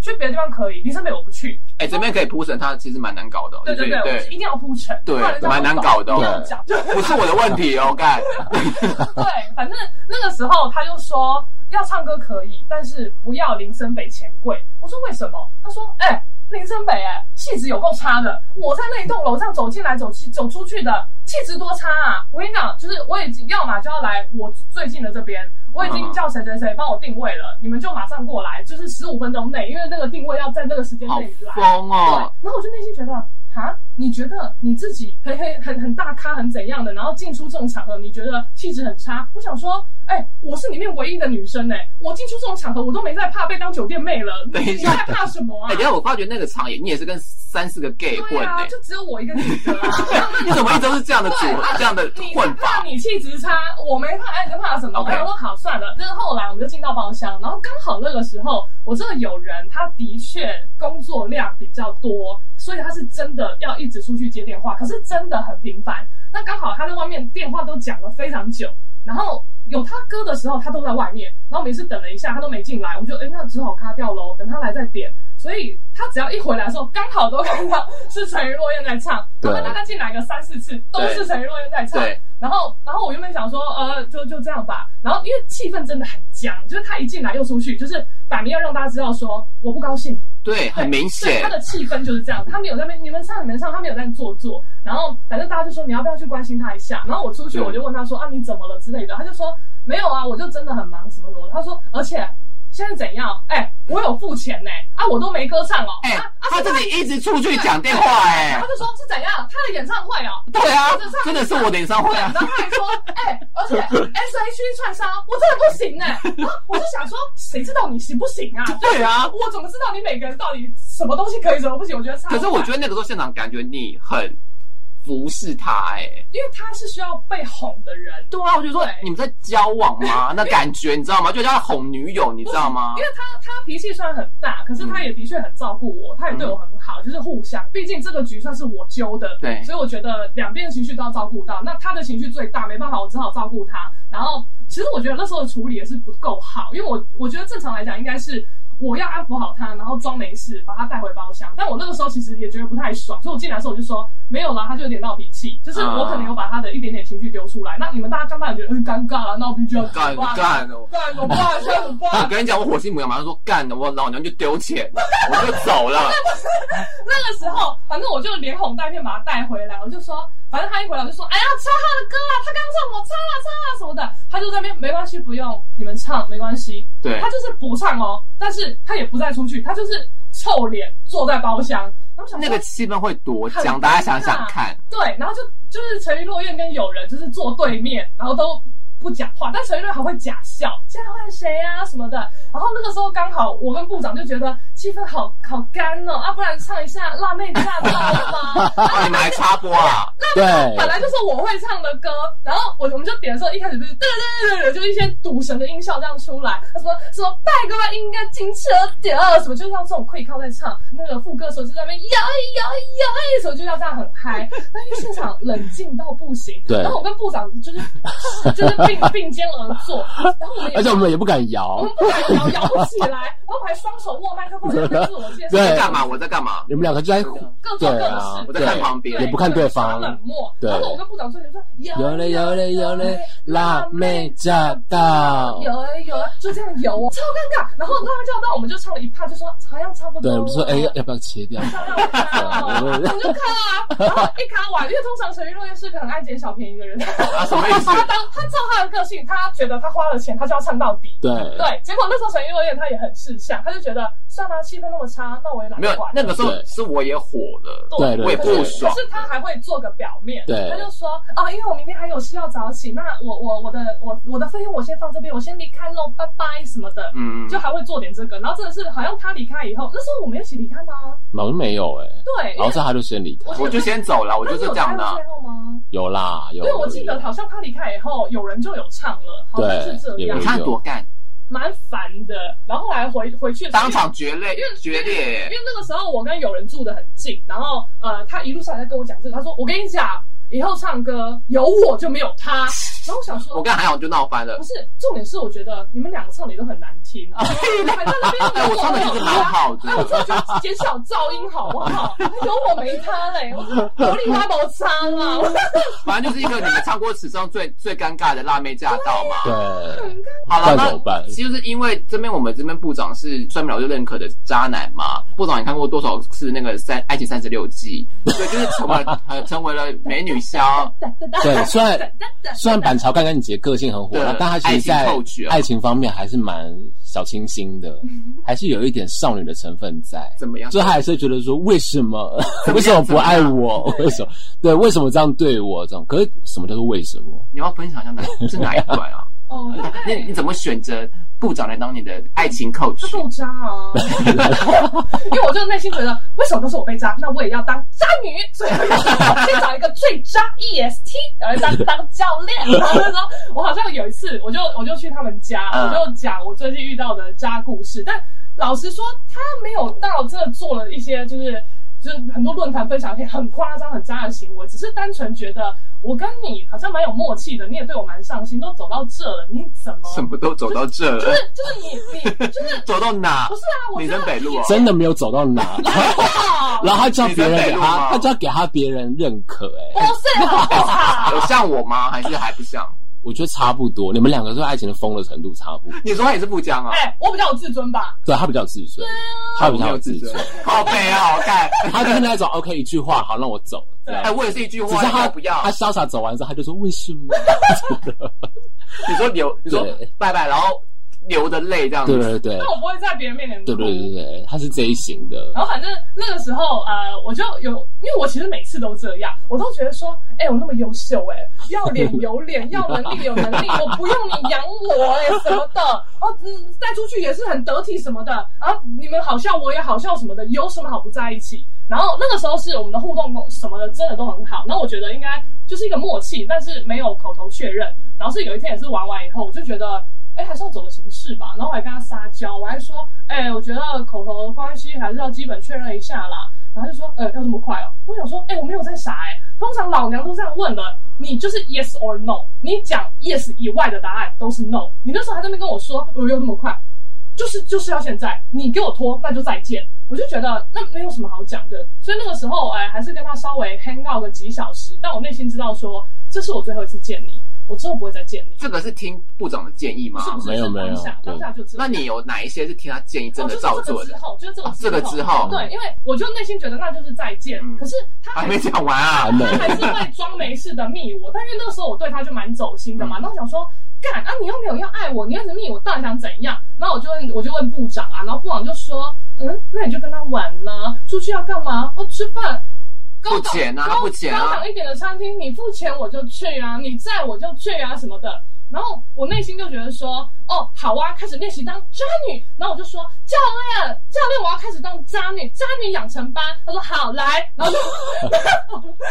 [SPEAKER 3] 去别的地方可以，林森北我不去。
[SPEAKER 1] 哎，这边可以铺陈，它其实蛮难搞的哦，
[SPEAKER 3] 对对
[SPEAKER 1] 对
[SPEAKER 3] 对，我是一定要铺陈，
[SPEAKER 1] 对
[SPEAKER 3] 不然人家
[SPEAKER 1] 蛮难搞的哦
[SPEAKER 3] 不要讲，对
[SPEAKER 1] 不是 我的问题哦，干，
[SPEAKER 3] 对，反正那个时候他就说要唱歌可以，但是不要林森北钱柜。我说为什么？他说，哎、林森北、哎，气质有够差的。我在那一栋楼这样走进来走去走出去的，气质多差啊！我跟你讲，就是我已经要么就要来我最近的这边，我已
[SPEAKER 1] 嗯
[SPEAKER 3] 经叫谁谁谁帮我定位了，你们就马上过来，就是十五分钟内，因为那个定位要在那个时间
[SPEAKER 1] 好
[SPEAKER 3] 内来。
[SPEAKER 1] 疯哦，
[SPEAKER 3] 对，然后我就内心觉得，啊，你觉得你自己很很很很大咖，很怎样的，然后进出这种场合，你觉得气质很差？我想说，哎、我是里面唯一的女生哎、我进出这种场合，我都没在怕被当酒店妹了，
[SPEAKER 1] 等
[SPEAKER 3] 你
[SPEAKER 1] 一
[SPEAKER 3] 你
[SPEAKER 1] 下
[SPEAKER 3] 在怕什么啊
[SPEAKER 1] 哎，？等一下我发觉那个场也你也是跟三四个 gay 混
[SPEAKER 3] 对啊，
[SPEAKER 1] 呢，
[SPEAKER 3] 就只有我一个女的、啊。
[SPEAKER 1] 你怎么一直都是这样的组合
[SPEAKER 3] 对，
[SPEAKER 1] 这样的
[SPEAKER 3] 你
[SPEAKER 1] 混
[SPEAKER 3] 怕
[SPEAKER 1] 法？
[SPEAKER 3] 你气质差，我没怕，哎，你怕什么？
[SPEAKER 1] OK
[SPEAKER 3] 然后我说好算了。但是后来我们就进到包厢，然后刚好那个时候，我这个友人他的确工作量比较多，所以他是真的要一直出去接电话，可是真的很频繁。那刚好他在外面电话都讲了非常久，然后有他哥的时候，他都在外面。然后每次等了一下，他都没进来，我就哎、诶那只好卡掉喽，等他来再点。所以他只要一回来的时候，刚好都看到是陈云落雁在唱，
[SPEAKER 2] 对
[SPEAKER 3] 然后大概进来个三四次，都是陈云落雁在唱
[SPEAKER 1] 对。
[SPEAKER 3] 然后，然后我原本想说，呃，就就这样吧。然后因为气氛真的很僵，就是他一进来又出去，就是摆明要让大家知道说我不高兴，
[SPEAKER 1] 对，很明
[SPEAKER 3] 对
[SPEAKER 1] 显
[SPEAKER 3] 他，的气氛就是这样，他没有在那边你们唱你们唱，他没有在做作。然后反正大家就说你要不要去关心他一下。然后我出去
[SPEAKER 1] 对
[SPEAKER 3] 我就问他说啊你怎么了之类的，他就说没有啊，我就真的很忙什么什么的。他说而且现在怎样？哎、我有付钱呢、啊我都没歌唱哦。
[SPEAKER 1] 哎
[SPEAKER 3] 啊，啊
[SPEAKER 1] 他
[SPEAKER 3] 是啊
[SPEAKER 1] 自己一直出去讲电话，
[SPEAKER 3] 然
[SPEAKER 1] 哎
[SPEAKER 3] 后，就说是怎样他的演唱会哦。
[SPEAKER 1] 对啊
[SPEAKER 3] 他的，
[SPEAKER 1] 真的是我的演唱
[SPEAKER 3] 对，
[SPEAKER 1] 会啊
[SPEAKER 3] 然，后他还说，哎、而且 S H E 串烧，我真的不行哎、然后我就想说，谁知道你行不行啊？
[SPEAKER 1] 对啊，
[SPEAKER 3] 我怎么知道你每个人到底什么东西可以，什么不行？我觉得差。
[SPEAKER 1] 可是我觉得那个时候现场感觉你很服侍他、哎，
[SPEAKER 3] 因为他是需要被哄的人，
[SPEAKER 1] 对啊，我就说
[SPEAKER 3] 对
[SPEAKER 1] 你们在交往 吗？那感觉你知道吗？就像哄女友，你知道吗
[SPEAKER 3] 因？为他他脾气虽然很大，可是他也的确很照顾我，他也对我很好，就是互相。毕竟这个局算是我揪的，
[SPEAKER 1] 对
[SPEAKER 3] 所以我觉得两边的情绪都要照顾到。那他的情绪最大，没办法，我只好照顾他。然后其实我觉得那时候的处理也是不够好，因为我我觉得正常来讲应该是。我要安抚好他，然后装没事，把他带回包厢。但我那个时候其实也觉得不太爽，所以我进来的时候我就说没有啦，他就有点闹脾气，就是我可能有把他的一点点情绪丢出来。那你们大家刚当然觉得很尴尬啦，闹脾气要
[SPEAKER 1] 干
[SPEAKER 3] 怎么办
[SPEAKER 1] 干哦！
[SPEAKER 3] 干怎么办？现在怎么办？
[SPEAKER 1] 我跟你讲，我火星母羊马上说干的，我老娘就丢钱，我就走 了。
[SPEAKER 3] 那个时候，反正我就连哄带骗把他带回来，我就说，反正他一回来我就说，哎呀，唱他的歌啊，他刚刚唱我唱啊唱啊什么的，他就在那边没关系，不用你们唱没关系，
[SPEAKER 1] 对
[SPEAKER 3] 他就是不唱哦，但是他也不再出去，他就是臭脸坐在包厢，然后我想
[SPEAKER 1] 那
[SPEAKER 3] 说
[SPEAKER 1] 个气氛会多僵，
[SPEAKER 3] 很
[SPEAKER 1] 大家想想看。
[SPEAKER 3] 对，然后就就是沉鱼落雁跟友人就是坐对面，然后都不讲话，但陈鱼落雁还会假笑，现在换谁啊什么的。然后那个时候刚好我跟部长就觉得气氛好好干哦，啊，不然唱一下辣妹驾到了吗？
[SPEAKER 1] 哦哇，你们还插播啊？
[SPEAKER 2] 对，
[SPEAKER 3] 本来就是我会唱的歌，然后我我们就点的时候，一开始就是对对对对，就一些赌神的音效这样出来，他说什么拜哥吧应该进车点二什么，就是要这种溃靠在唱，那个副歌的时候就在那边摇一摇一摇一首，就要这样很嗨，但因为现场冷静到不行，
[SPEAKER 2] 对
[SPEAKER 3] 然后我跟部长就是就是并并肩而坐，然后我们也
[SPEAKER 2] 而且我们也不敢摇
[SPEAKER 3] 我，们不敢摇摇不起来，然后我们还双手握麦克风在那边自我介绍，
[SPEAKER 1] 在
[SPEAKER 2] 对
[SPEAKER 1] 干嘛？我在干嘛？
[SPEAKER 2] 你们两个就在
[SPEAKER 3] 各做
[SPEAKER 2] 对
[SPEAKER 3] 各的
[SPEAKER 2] 啊
[SPEAKER 3] 事，
[SPEAKER 1] 我在看旁边，
[SPEAKER 2] 也不看对方
[SPEAKER 3] 冷漠。
[SPEAKER 2] 对
[SPEAKER 3] 然后我跟部长说，你说
[SPEAKER 2] 有嘞有嘞有嘞，辣妹驾到，
[SPEAKER 3] 有哎有哎，就这样游哦，超尴尬。然后他叫到，我们就唱了一趴，就说好像差不多
[SPEAKER 2] 对，
[SPEAKER 3] 了。
[SPEAKER 2] 我们说哎要不要切掉？
[SPEAKER 3] 我们就卡啊，然后一卡完，因为通常陈玉若是个很爱捡小便宜 的人，
[SPEAKER 1] 啊，什么意思？
[SPEAKER 3] 他当他照他的个性，他觉得他花了钱，他就要唱到底。
[SPEAKER 2] 对，
[SPEAKER 3] 对，结果那时候陈玉若他也很识相，他就觉得算了，气氛那么差，那我也懒
[SPEAKER 1] 没
[SPEAKER 3] 得
[SPEAKER 1] 有
[SPEAKER 3] 管，。
[SPEAKER 1] 那个时候
[SPEAKER 2] 对
[SPEAKER 1] 是我也火了，
[SPEAKER 2] 对对
[SPEAKER 1] 我也
[SPEAKER 3] 可
[SPEAKER 1] 不
[SPEAKER 3] 是
[SPEAKER 1] 爽
[SPEAKER 3] 可。是他还会做个表面，
[SPEAKER 2] 对
[SPEAKER 3] 他就说啊，因为我明天还有事要早起，那我我我的我我的费用我先放这边，我先离开喽，拜拜什么的，
[SPEAKER 1] 嗯，
[SPEAKER 3] 就还会做点这个。然后真的是好像他离开以后，那时候我们一起离开吗？
[SPEAKER 2] 老师没有哎，
[SPEAKER 3] 对，因
[SPEAKER 2] 老
[SPEAKER 3] 为
[SPEAKER 2] 师他就先离开，
[SPEAKER 1] 我就先走了，我就是这
[SPEAKER 3] 那你有
[SPEAKER 1] 样的
[SPEAKER 3] 待到
[SPEAKER 1] 啊。
[SPEAKER 3] 最后吗？
[SPEAKER 2] 有啦有，
[SPEAKER 3] 对，我记得好像他离开以后，有人就有唱了，好像是这
[SPEAKER 2] 对有
[SPEAKER 3] 样
[SPEAKER 1] 你
[SPEAKER 2] 人，
[SPEAKER 1] 看多干，
[SPEAKER 3] 蛮烦的。然后后来回回去的时候
[SPEAKER 1] 当场决裂
[SPEAKER 3] 因为，
[SPEAKER 1] 决
[SPEAKER 3] 因为
[SPEAKER 1] 裂。
[SPEAKER 3] 那个时候我跟友人住的很近，然后呃，他一路上来在跟我讲这个，他说我跟你讲，以后唱歌有我就没有 他。然后我想
[SPEAKER 1] 我
[SPEAKER 3] 说，
[SPEAKER 1] 跟韩勇就闹翻了
[SPEAKER 3] 不。是，重点是我觉得你们两个唱的也都很难听，啊 还在那
[SPEAKER 1] 哎，
[SPEAKER 3] 边
[SPEAKER 1] 我
[SPEAKER 3] 有
[SPEAKER 1] 唱的
[SPEAKER 3] 没
[SPEAKER 1] 其实
[SPEAKER 3] 有
[SPEAKER 1] 蛮
[SPEAKER 3] 他。
[SPEAKER 1] 好的
[SPEAKER 3] 哎，，我真的觉得减少噪音好不好？有我没他嘞，我说我力他没差啦，我
[SPEAKER 1] 反正就是一个你们唱过史上最最尴尬的辣妹驾到嘛。
[SPEAKER 2] 对，
[SPEAKER 1] 好了，
[SPEAKER 2] 那怎么
[SPEAKER 1] 那
[SPEAKER 2] 办
[SPEAKER 1] 就是因为这边我们这边部长是算不了就认可的渣男嘛。部长，你看过多少次那个三《爱情三十六计》？对，就是成为了 呃成为了美女香。
[SPEAKER 2] 对，虽然 虽然板桥干干姐个性很火辣，但她其实在
[SPEAKER 1] 啊
[SPEAKER 2] 爱情方面还是蛮小清 新的，还是有一点少女的成分在。
[SPEAKER 1] 怎么样？
[SPEAKER 2] 就她还是觉得说，为 什么为什么不爱我？ 为什么对？为什么这样对我？这种可是什么叫做为什 么？
[SPEAKER 1] 你要分享一 下哪是哪一段啊？
[SPEAKER 3] 哦，
[SPEAKER 1] 你
[SPEAKER 3] 对
[SPEAKER 1] 你怎么选择部长来当你的爱情 coach？
[SPEAKER 3] 他够渣啊！因为我就内心觉得，为什么都是我被渣，那我也要当渣女，所以我就先找一个最渣 EST，然后当当教练。然后那时候我好像有一次，我就我就去他们家，
[SPEAKER 1] 嗯
[SPEAKER 3] 我就讲我最近遇到的渣故事，但老实说，他没有到真的做了一些就是。就是很多论坛分享一些很夸张、很渣的行为，只是单纯觉得我跟你好像蛮有默契的，你也对我蛮上心，都走到这了，你怎么？
[SPEAKER 1] 什么都走到这
[SPEAKER 3] 就
[SPEAKER 1] 了，
[SPEAKER 3] 是就是你你就是
[SPEAKER 1] 走到哪
[SPEAKER 3] 不？是啊，我
[SPEAKER 1] 林森北路啊，
[SPEAKER 2] 真的没有走到哪， 然后她叫别人
[SPEAKER 1] 你在
[SPEAKER 2] 给
[SPEAKER 1] 北路吗
[SPEAKER 2] 她，她就要给她别人认可、
[SPEAKER 3] 不
[SPEAKER 2] 哎，
[SPEAKER 3] 是 啊，
[SPEAKER 1] 有像我吗？还是还不像？
[SPEAKER 2] 我觉得差不多，你们两个对爱情的疯的程度差不多。
[SPEAKER 1] 你说他也是不僵啊？
[SPEAKER 3] 哎，我比较有自尊吧，
[SPEAKER 2] 对她比较有自尊，她比较有自尊，，
[SPEAKER 1] 好悲啊！好 看。
[SPEAKER 2] 她就是那种 OK 一句话好让我走，这样
[SPEAKER 1] 哎，我也是一句
[SPEAKER 2] 只
[SPEAKER 1] 话，
[SPEAKER 2] 是
[SPEAKER 1] 要
[SPEAKER 2] 他
[SPEAKER 1] 不要
[SPEAKER 2] 他？潇洒走完之后，他就说为什么？
[SPEAKER 1] 你说流，你说
[SPEAKER 2] 对
[SPEAKER 1] 拜拜，然后流着泪这样
[SPEAKER 2] 对
[SPEAKER 1] 子。
[SPEAKER 2] 对对
[SPEAKER 3] 但我不会在别人面前哭
[SPEAKER 2] 对对对对，他是这一型的，
[SPEAKER 3] 然后反正那个时候，呃，我就有，因为我其实每次都这样，我都觉得说，哎、我那么优秀、哎，要脸有脸，要能力有能力，我不用你养我、哎，什么的，哦，嗯，带出去也是很得体什么的，啊，你们好笑我也好笑什么的，有什么好不在一起？然后那个时候是我们的互动什么的真的都很好，那我觉得应该就是一个默契，但是没有口头确认。然后是有一天也是玩完以后，我就觉得，哎，还是要走个形式吧。然后我还跟他撒娇，我还说，哎，我觉得口头关系还是要基本确认一下啦。然后就说，呃，要这么快哦？我想说，哎，我没有在傻哎、欸。通常老娘都这样问的，你就是 yes or no，你讲 yes 以外的答案都是 no。你那时候还在那边跟我说，呃，要这么快，就是就是要现在，你给我拖，那就再见。我就觉得那没有什么好讲的，所以那个时候，哎，还是跟他稍微 hang out 个几小时。但我内心知道说，这是我最后一次见你，我之后不会再见你。
[SPEAKER 1] 这个是听部长的建议吗？
[SPEAKER 3] 是不是
[SPEAKER 2] 啊没有没有
[SPEAKER 3] 当下
[SPEAKER 2] 对
[SPEAKER 3] 当下就知道。
[SPEAKER 1] 那你有哪一些是听他建议真的照做
[SPEAKER 3] 哦就是这个之
[SPEAKER 1] 的？
[SPEAKER 3] 后，就是这个
[SPEAKER 1] 啊这个之后
[SPEAKER 3] 对，因为我就内心觉得那就是再见。
[SPEAKER 1] 嗯
[SPEAKER 3] 可是他
[SPEAKER 1] 还
[SPEAKER 3] 还
[SPEAKER 1] 没
[SPEAKER 3] 是
[SPEAKER 1] 讲完啊
[SPEAKER 2] 还！没
[SPEAKER 3] 他还是会装没事的密我，但因为那个时候我对他就蛮走心的嘛，
[SPEAKER 1] 嗯
[SPEAKER 3] 那我想说，干啊，你又没有要爱我，你要是密我，到底想怎样？然后我就问，我就问部长啊，然后部长就说，嗯，那你就跟他玩呢，出去要干嘛？哦，吃饭。高档
[SPEAKER 1] 不钱啊
[SPEAKER 3] 高
[SPEAKER 1] 不钱啊
[SPEAKER 3] 高档一点的餐厅，你付钱我就去啊，你在我就去啊什么的。然后我内心就觉得说，哦，好啊，开始练习当渣女。然后我就说，教练，教练，我要开始当渣女，渣女养成班。他说好来，然后就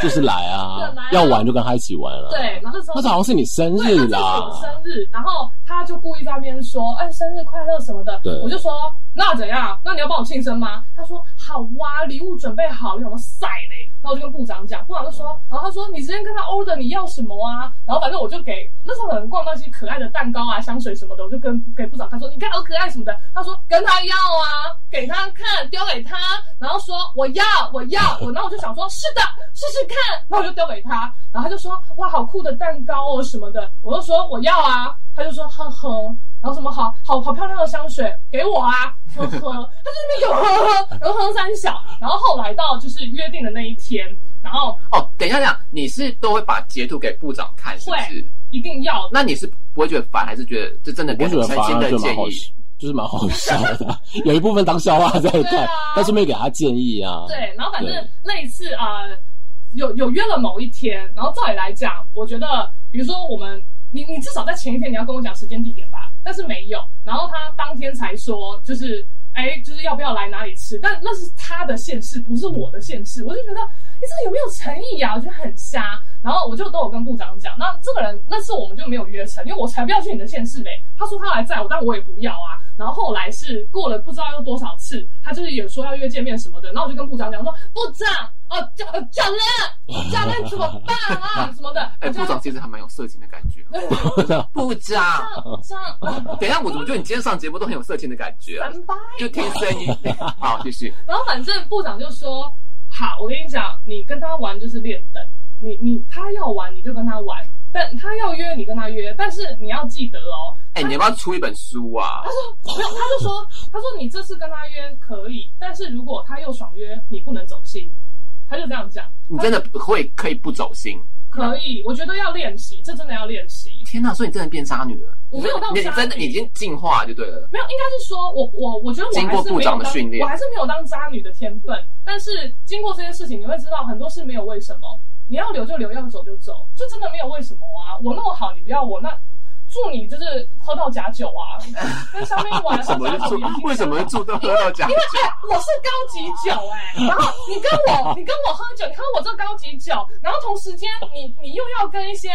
[SPEAKER 2] 就是来啊
[SPEAKER 3] 对来啊，
[SPEAKER 2] 要玩就跟他一起玩啊。
[SPEAKER 3] 对，，然后那时候
[SPEAKER 2] 那时候好像是你生
[SPEAKER 3] 对，
[SPEAKER 2] 日
[SPEAKER 3] 他
[SPEAKER 2] 啦
[SPEAKER 3] 就是我，生日，然后他就故意在那边说，哎，生日快乐什么的。
[SPEAKER 2] 对
[SPEAKER 3] 我就说那怎样？那你要帮我庆生吗？他说好哇、礼物准备好了，我晒嘞。然后我就跟部长讲，部长就说，然后他说你直接跟他 order 你要什么啊？然后反正我就给那时候可能逛那些可爱的蛋糕啊、香水什么的，我就跟给部长他说你看好可爱什么的，他说跟他要啊，给他看，丢给他，然后说我要我要我，然后我就想说是的，试试看，然后我就丢给他，然后他就说哇好酷的蛋糕哦什么的，我就说我要啊，他就说呵呵，然后什么好好好漂亮的香水给我啊，呵呵，他就那边有呵呵，然后呵三小，然后后来到就是约定的那一天，然后
[SPEAKER 1] 哦，等一下，等一下，你是都会把截图给部长看，是不是
[SPEAKER 3] 会？一定要
[SPEAKER 1] 那你是不会觉得烦，还是觉得这真的
[SPEAKER 2] 我
[SPEAKER 1] 给
[SPEAKER 2] 觉
[SPEAKER 1] 很
[SPEAKER 2] 得
[SPEAKER 1] 诚
[SPEAKER 2] 反
[SPEAKER 1] 心
[SPEAKER 2] 而
[SPEAKER 1] 的
[SPEAKER 2] 就蛮
[SPEAKER 1] 建
[SPEAKER 2] 好
[SPEAKER 1] 议？，
[SPEAKER 2] 就是蛮好笑的，有一部分当笑话在
[SPEAKER 3] 对
[SPEAKER 2] 看
[SPEAKER 3] 啊，
[SPEAKER 2] 但是没有给他建议啊。
[SPEAKER 3] 对，然后反正
[SPEAKER 2] 对
[SPEAKER 3] 那一次啊、呃有有约了某一天，然后照理来讲，我觉得，比如说我们，你你至少在前一天你要跟我讲时间地点吧，但是没有，然后他当天才说，就是哎，就是要不要来哪里吃，但那是他的现世，不是我的现世，我就觉得你这个有没有诚意啊？我觉得很瞎。然后我就都有跟部长讲，那这个人那次我们就没有约成，因为我才不要去你的县市嘞。他说他来载我，但我也不要啊。然后后来是过了不知道又多少次，他就是有说要约见面什么的，然后我就跟部长讲说，部长哦教呃教练教练怎么办啊什么的，
[SPEAKER 1] 哎、
[SPEAKER 3] 我就
[SPEAKER 1] 部长其实还蛮有色情的感觉。哦部长，
[SPEAKER 3] 这样
[SPEAKER 1] 等一下，我怎么觉得你今天上节目都很有色情的感觉啊？
[SPEAKER 3] 三八
[SPEAKER 1] 就听声 音。好，继续。
[SPEAKER 3] 然后反正部长就说：“好，我跟你讲，你跟他玩就是练等，你你他要玩你就跟他玩，但他要约你跟他约，但是你要记得哦。
[SPEAKER 1] 哎、你要不要出一本书啊？
[SPEAKER 3] 没 有，他就说，他说你这次跟他约可以，但是如果他又爽约，你不能走心。他就这样讲，
[SPEAKER 1] 你真的会可以不走心？
[SPEAKER 3] 可以，我觉得要练习，这真的要练习。
[SPEAKER 1] 天哪！所以你真的变渣女了？
[SPEAKER 3] 我没有到
[SPEAKER 1] 你你
[SPEAKER 3] 渣
[SPEAKER 1] 真的
[SPEAKER 3] 女
[SPEAKER 1] 你已经进化就对 了。
[SPEAKER 3] 没有，应该是说我我我觉得我
[SPEAKER 1] 经
[SPEAKER 3] 还
[SPEAKER 1] 过
[SPEAKER 3] 是
[SPEAKER 1] 部
[SPEAKER 3] 没有
[SPEAKER 1] 长的
[SPEAKER 3] 当，
[SPEAKER 1] 训练
[SPEAKER 3] 我还是没有当渣女的天分。但是经过这件事情，你会知道很多事没有为什么，你要留就留，要走就走，就真的没有为什么啊。我那么好，你不要我那。祝你就是喝到假酒 啊，跟上面玩
[SPEAKER 1] 为什么
[SPEAKER 3] 到假
[SPEAKER 1] 就
[SPEAKER 3] 酒也挺
[SPEAKER 1] 住？为什么
[SPEAKER 3] 香的
[SPEAKER 1] 住都喝到假酒？
[SPEAKER 3] 哎我是高级酒哎、然后你跟我，你跟我喝酒，你喝我这高级酒，然后同时间你你又要跟一些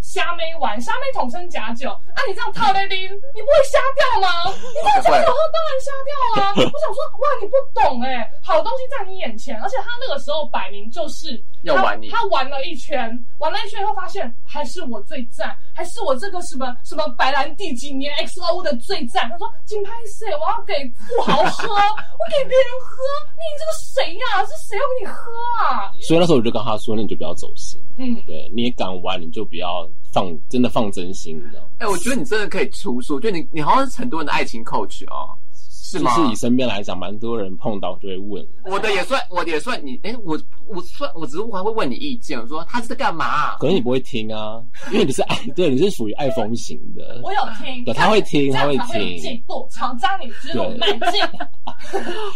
[SPEAKER 3] 虾妹玩，虾妹统称假酒啊，你这样套嘞拎，你不会瞎掉吗？你这样假酒喝当然瞎掉啊！我想说，哇，你不懂哎、好东西在你眼前，而且他那个时候摆明就是
[SPEAKER 1] 要玩你
[SPEAKER 3] 他，他玩了一圈，玩了一圈以后发现还是我最赞，还是我这个什么什么白兰地几年 XO 的最赞。他说金牌谁？我要给富豪喝，我给别人喝，你这个谁呀、是谁要给你喝啊？
[SPEAKER 2] 所以那时候我就跟他说，那你就不要走心，
[SPEAKER 3] 嗯，
[SPEAKER 2] 对，你也敢玩，你就不要放，真的放真心，你知道吗？
[SPEAKER 1] 哎、我觉得你真的可以出书，就你你好像是很多人的爱情 coach 哦，是吗？
[SPEAKER 2] 就是以身边来讲，蛮多人碰到就会问，
[SPEAKER 1] 我的也算，我的也算你，哎、我我算，我只是还会问你意见，我说他是在干嘛、
[SPEAKER 2] 可是你不会听啊，因为你是爱，对，你是属于爱风行的。
[SPEAKER 3] 我有听，
[SPEAKER 2] 对他会听
[SPEAKER 3] 这样
[SPEAKER 2] 他
[SPEAKER 3] 才
[SPEAKER 2] 会听
[SPEAKER 3] 进步，朝渣女之路迈进。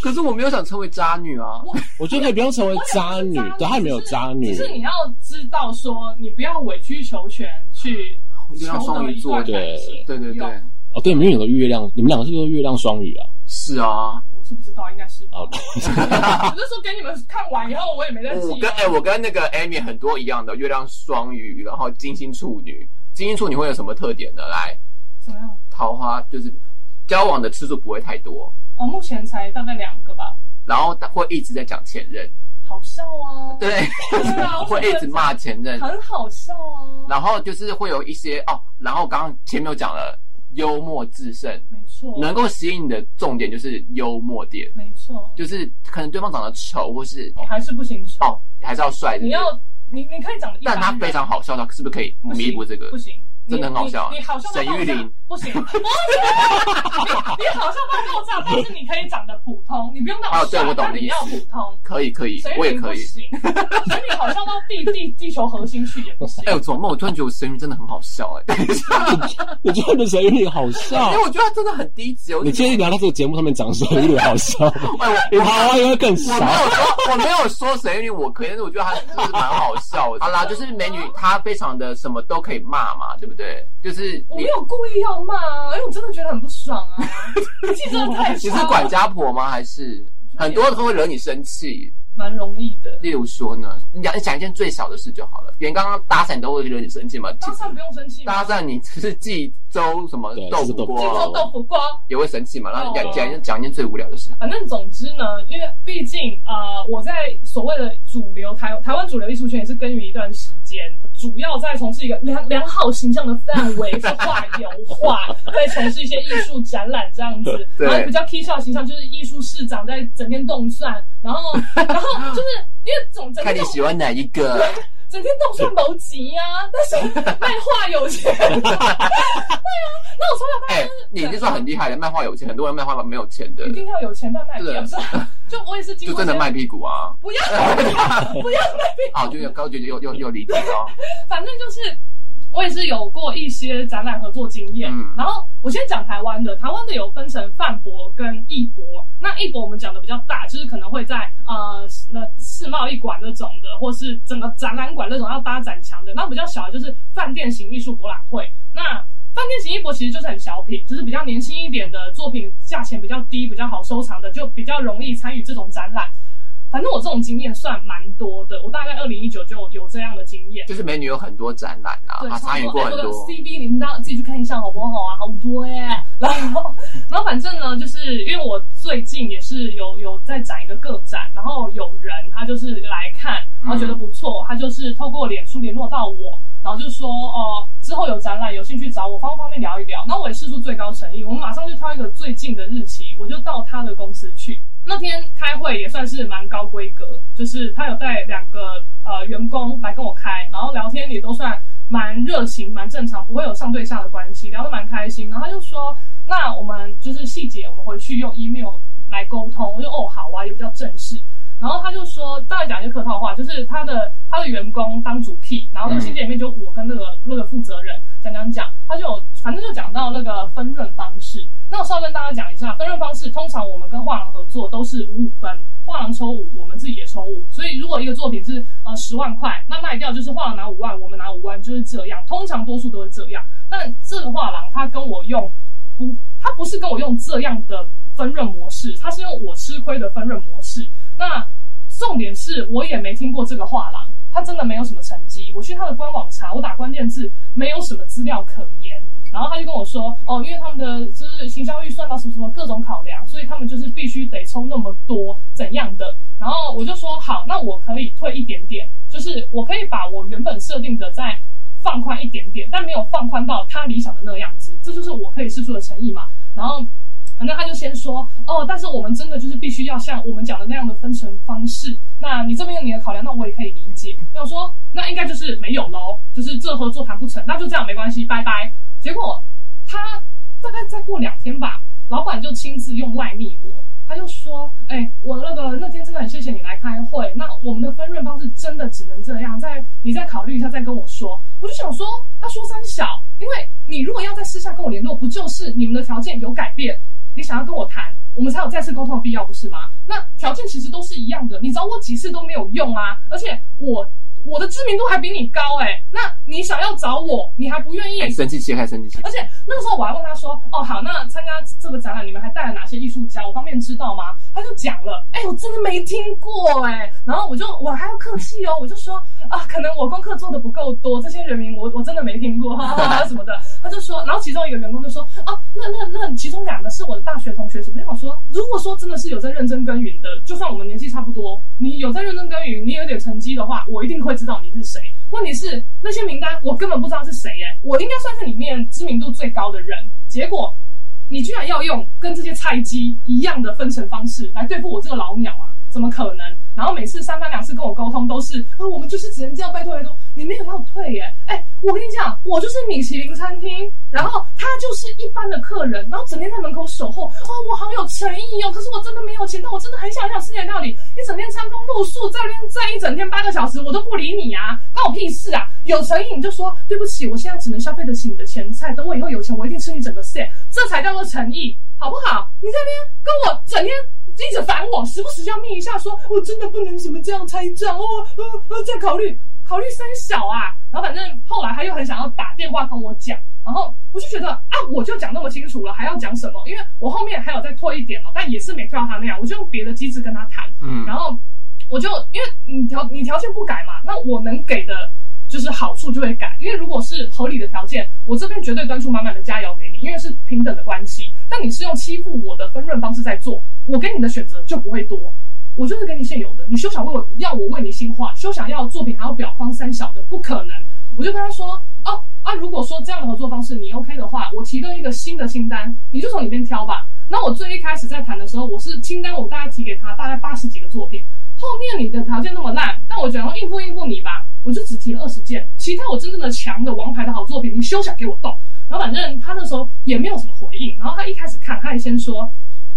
[SPEAKER 1] 可是我没有想成为渣女啊，
[SPEAKER 2] 我觉得可以不用成为 渣女，对，他也没有渣女
[SPEAKER 3] 其，实你要知道说，你不要委曲求全去
[SPEAKER 1] 我就像
[SPEAKER 3] 求
[SPEAKER 1] 双
[SPEAKER 3] 得
[SPEAKER 1] 鱼
[SPEAKER 3] 一
[SPEAKER 1] 座
[SPEAKER 3] 段感
[SPEAKER 2] 对
[SPEAKER 3] 情。
[SPEAKER 1] 对对
[SPEAKER 3] 有
[SPEAKER 1] 对，
[SPEAKER 2] 哦，对，你们有个月亮，你们两个是不是月亮双鱼啊？
[SPEAKER 1] 是啊，
[SPEAKER 3] 我是不知道，应该是吧。
[SPEAKER 2] OK，
[SPEAKER 3] 我就说给你们看完以后，我也没在记
[SPEAKER 1] 我跟
[SPEAKER 3] 啊。
[SPEAKER 1] 哎、我跟那个 Amy 很多一样的，月亮双鱼，然后金星处女。金星处女会有什么特点呢？来，
[SPEAKER 3] 怎么样？
[SPEAKER 1] 桃花就是交往的次数不会太多，
[SPEAKER 3] 哦，目前才大概两个吧，
[SPEAKER 1] 然后会一直在讲前任，
[SPEAKER 3] 好笑啊。
[SPEAKER 1] 对，
[SPEAKER 3] 对啊，
[SPEAKER 1] 会一直骂，前 任，
[SPEAKER 3] 很好笑啊。
[SPEAKER 1] 然后就是会有一些哦，然后刚刚前面有讲了，幽默制胜，
[SPEAKER 3] 没错，
[SPEAKER 1] 能够吸引你的重点就是幽默点，
[SPEAKER 3] 没错，
[SPEAKER 1] 就是可能对方长得丑或是
[SPEAKER 3] 还是不行丑。
[SPEAKER 1] 哦还是要帅的，
[SPEAKER 3] 你要你你可以长得一
[SPEAKER 1] 但
[SPEAKER 3] 般人，
[SPEAKER 1] 他非常好笑，他是不是可以
[SPEAKER 3] 不行
[SPEAKER 1] 弥补这个
[SPEAKER 3] 不？行。你
[SPEAKER 1] 真的很好笑啊
[SPEAKER 3] 你你好笑到
[SPEAKER 1] 沈玉
[SPEAKER 3] 爆炸
[SPEAKER 1] 琳
[SPEAKER 3] 不行， 不是你你好笑到爆炸，但是你可以长得普通，你不用
[SPEAKER 1] 哦
[SPEAKER 3] 到
[SPEAKER 1] 对
[SPEAKER 3] 帅，
[SPEAKER 1] 我懂
[SPEAKER 3] 但
[SPEAKER 1] 你
[SPEAKER 3] 你
[SPEAKER 1] 意
[SPEAKER 3] 要
[SPEAKER 1] 思
[SPEAKER 3] 普通。
[SPEAKER 1] 可以可以
[SPEAKER 3] 沈，玉
[SPEAKER 1] 我也
[SPEAKER 3] 琳
[SPEAKER 1] 可
[SPEAKER 3] 不
[SPEAKER 1] 以。
[SPEAKER 3] 行， 所以你好像到地地地球核心去也不行
[SPEAKER 1] 哎、。我怎么梦？我突然觉得我声音真的很好笑哎、
[SPEAKER 2] 我觉得沈玉琳好笑
[SPEAKER 1] 因为。我觉得他真的很低级。我
[SPEAKER 2] 你今天聊到这个节目上面讲沈玉琳好笑，
[SPEAKER 1] 哎、
[SPEAKER 2] 你
[SPEAKER 1] 我
[SPEAKER 2] 桃花应该更
[SPEAKER 1] 我没
[SPEAKER 2] 少。
[SPEAKER 1] 有说我没有说沈玉琳我可以，但是我觉得她就是蛮好笑的。好啦，就是美女，她非常的什么都可以骂嘛，对不对？就是
[SPEAKER 3] 我没
[SPEAKER 1] 你
[SPEAKER 3] 有故意要骂啊，因为我真的觉得很不爽 啊，脾气真的太
[SPEAKER 1] 你
[SPEAKER 3] 差。
[SPEAKER 1] 是管家婆吗？还是很多都会惹你生气？
[SPEAKER 3] 蛮容易的，
[SPEAKER 1] 例如说呢，你讲你讲一件最小的事就好了，连刚刚搭讪都会惹你生气嘛？
[SPEAKER 3] 搭讪不用生气
[SPEAKER 1] 搭
[SPEAKER 3] 吗，
[SPEAKER 1] 讪你只是济州什么
[SPEAKER 2] 对
[SPEAKER 1] 豆
[SPEAKER 2] 是
[SPEAKER 1] 腐
[SPEAKER 2] 豆腐
[SPEAKER 3] 进
[SPEAKER 1] 锅
[SPEAKER 3] 口豆腐锅。
[SPEAKER 1] 也会生气嘛？然后讲
[SPEAKER 3] 哦
[SPEAKER 1] 讲一件讲一件最无聊的事，
[SPEAKER 3] 反正总之呢，因为毕竟呃，我在所谓的主流台台湾主流艺术圈也是耕耘一段时间，主要在从事一个良良好形象的范围，是画油画，在从事一些艺术展览这样子。
[SPEAKER 1] 对
[SPEAKER 3] 然后比较 K 笑的形象就是艺术市长在整天动算，然后 然后就是因为总整
[SPEAKER 1] 看
[SPEAKER 3] 天
[SPEAKER 1] 你
[SPEAKER 3] 动
[SPEAKER 1] 喜欢哪一 个。
[SPEAKER 3] 整天动算楼级呀，但是卖画有钱。对啊，那我从小到大
[SPEAKER 1] 哎、你已经算很厉害了，漫画有钱，很多人漫画没有钱的
[SPEAKER 3] 一，定要有钱贩卖屁啊，不是啊？就我也是经
[SPEAKER 1] 就
[SPEAKER 3] 过
[SPEAKER 1] 真的
[SPEAKER 3] 这样
[SPEAKER 1] 卖屁股啊！
[SPEAKER 3] 不要不要卖屁
[SPEAKER 1] 啊，就有高就又又又理解哦。
[SPEAKER 3] 反正就是我也是有过一些展览合作经验。
[SPEAKER 1] 嗯
[SPEAKER 3] 然后我先讲台湾的，台湾的有分成泛博跟艺博。那艺博我们讲的比较大，就是可能会在呃那世贸易馆那种的，或是整个展览馆那种要搭展墙的。那比较小的就是饭店型艺术博览会。那饭店型艺博其实就是很小品，就是比较年轻一点的作品，价钱比较低，比较好收藏的，就比较容易参与这种展览。反正我这种经验算蛮多的，我大概二零一九就有这样的经验。
[SPEAKER 1] 就是美女有很多展览啊，
[SPEAKER 3] 对，哎
[SPEAKER 1] 她参与过很多。
[SPEAKER 3] CB，你们大家自己去看一下好不好啊？好多耶、然后，然后反正呢，就是因为我最近也是有有在展一个个展，然后有人他就是来看，然后觉得不错，他就是透过脸书联络到我，然后就说哦、之后有展览有兴趣找我，方不方便聊一聊？那我也试出最高诚意，我们马上就挑一个最近的日期，我就到他的公司去。那天开会也算是蛮高规格，就是他有带两个呃员工来跟我开，然后聊天也都算蛮热情、蛮正常，不会有上对下的关系，聊得蛮开心。然后他就说，那我们就是细节，我们回去用 email 来沟通。我就哦，好啊，也比较正式。然后他就说，大概讲一些客套话，就是他的他的员工当主 key，然后那个细节里面就我跟那个那个负责人讲讲讲，他就有反正就讲到那个分润方式。那我稍微跟大家讲一下，分润方式通常我们跟画廊合作都是五五分，画廊抽五，我们自己也抽五。所以如果一个作品是呃十万块，那卖掉就是画廊拿五万，我们拿五万，就是这样。通常多数都是这样。但这个画廊他跟我用不，他不是跟我用这样的分润模式，他是用我吃亏的分润模式。那重点是我也没听过这个画廊，他真的没有什么成绩。我去他的官网查，我打关键字，没有什么资料可言。然后他就跟我说，哦，因为他们的就是行销预算啊到什么什么各种考量，所以他们就是必须得抽那么多怎样的。然后我就说好，那我可以退一点点，就是我可以把我原本设定的再放宽一点点，但没有放宽到他理想的那样子，这就是我可以试出的诚意嘛。然后反正他就先说哦，但是我们真的就是必须要像我们讲的那样的分成方式。那你这边有你的考量，那我也可以理解。那我说那应该就是没有喽，就是这合作谈不成，那就这样没关系，拜拜。结果他大概再过两天吧，老板就亲自用赖密我，他就说：“哎、我那个那天真的很谢谢你来开会，那我们的分润方式真的只能这样，再你再考虑一下，再跟我说。”我就想说，他说三小，因为你如果要在私下跟我联络，不就是你们的条件有改变，你想要跟我谈，我们才有再次沟通的必要，不是吗？那条件其实都是一样的，你找我几次都没有用啊，而且我。我的知名度还比你高哎、那你想要找我，你还不愿意？
[SPEAKER 1] 哎、生气气还生气气，
[SPEAKER 3] 而且那个时候我还问他说：“哦，好，那参加这个展览，你们还带了哪些艺术家？我方便知道吗？”他就讲了：“哎、欸，我真的没听过哎、欸。”然后我就我还要客气哦，我就说：“啊，可能我功课做的不够多，这些人名我我真的没听过，哈哈哈什么的。” 他就说，然后其中一个员工就说：“哦、啊，那那那其中两个是我的大学同学，什么？”我说：“如果说真的是有在认真耕耘的，就算我们年纪差不多，你有在认真耕耘，你有点成绩的话，我一定会知道你是谁。”问题是那些名单我根本不知道是谁哎、欸，我应该算是里面知名度最高的人，结果你居然要用跟这些菜鸡一样的分成方式来对付我这个老鸟啊，怎么可能？然后每次三番两次跟我沟通都是，呃，我们就是只能这样，拜托拜托，你没有要退耶、欸，哎、欸，我跟你讲，我就是米其林餐厅，然后他就是一般的客人，然后整天在门口守候，哦，我好有诚意哦，可是我真的没有钱，但我真的很想很想吃你的料理，你整天餐风露宿，在那边站一整天八个小时，我都不理你啊，关我屁事啊！有诚意你就说对不起，我现在只能消费得起你的前菜，等我以后有钱，我一定吃你整个 set，这才叫做诚意，好不好？你这边跟我整天。一直烦我，时不时就要命一下说，说我真的不能怎么这样拆账哦，呃呃，再考虑考虑三小啊。然后反正后来他又很想要打电话跟我讲，然后我就觉得啊，我就讲那么清楚了，还要讲什么？因为我后面还有再退一点哦，但也是没跳到他那样，我就用别的机制跟他谈。嗯，然后我就因为你条你条件不改嘛，那我能给的。就是好处就会改，因为如果是合理的条件，我这边绝对端出满满的佳肴给你，因为是平等的关系。但你是用欺负我的分润方式在做，我给你的选择就不会多，我就是给你现有的。你休想为我要我为你新画，休想要作品还要表框三小的，不可能。我就跟他说，哦啊，如果说这样的合作方式你 OK 的话，我提供一个新的清单，你就从里面挑吧。那我最一开始在谈的时候，我是清单我大概提给他大概八十几个作品，后面你的条件那么烂，但我想要应付应付你吧。我就只提了二十件，其他我真正的强的王牌的好作品，你休想给我动。然后反正他那时候也没有什么回应。然后他一开始看，他也先说：“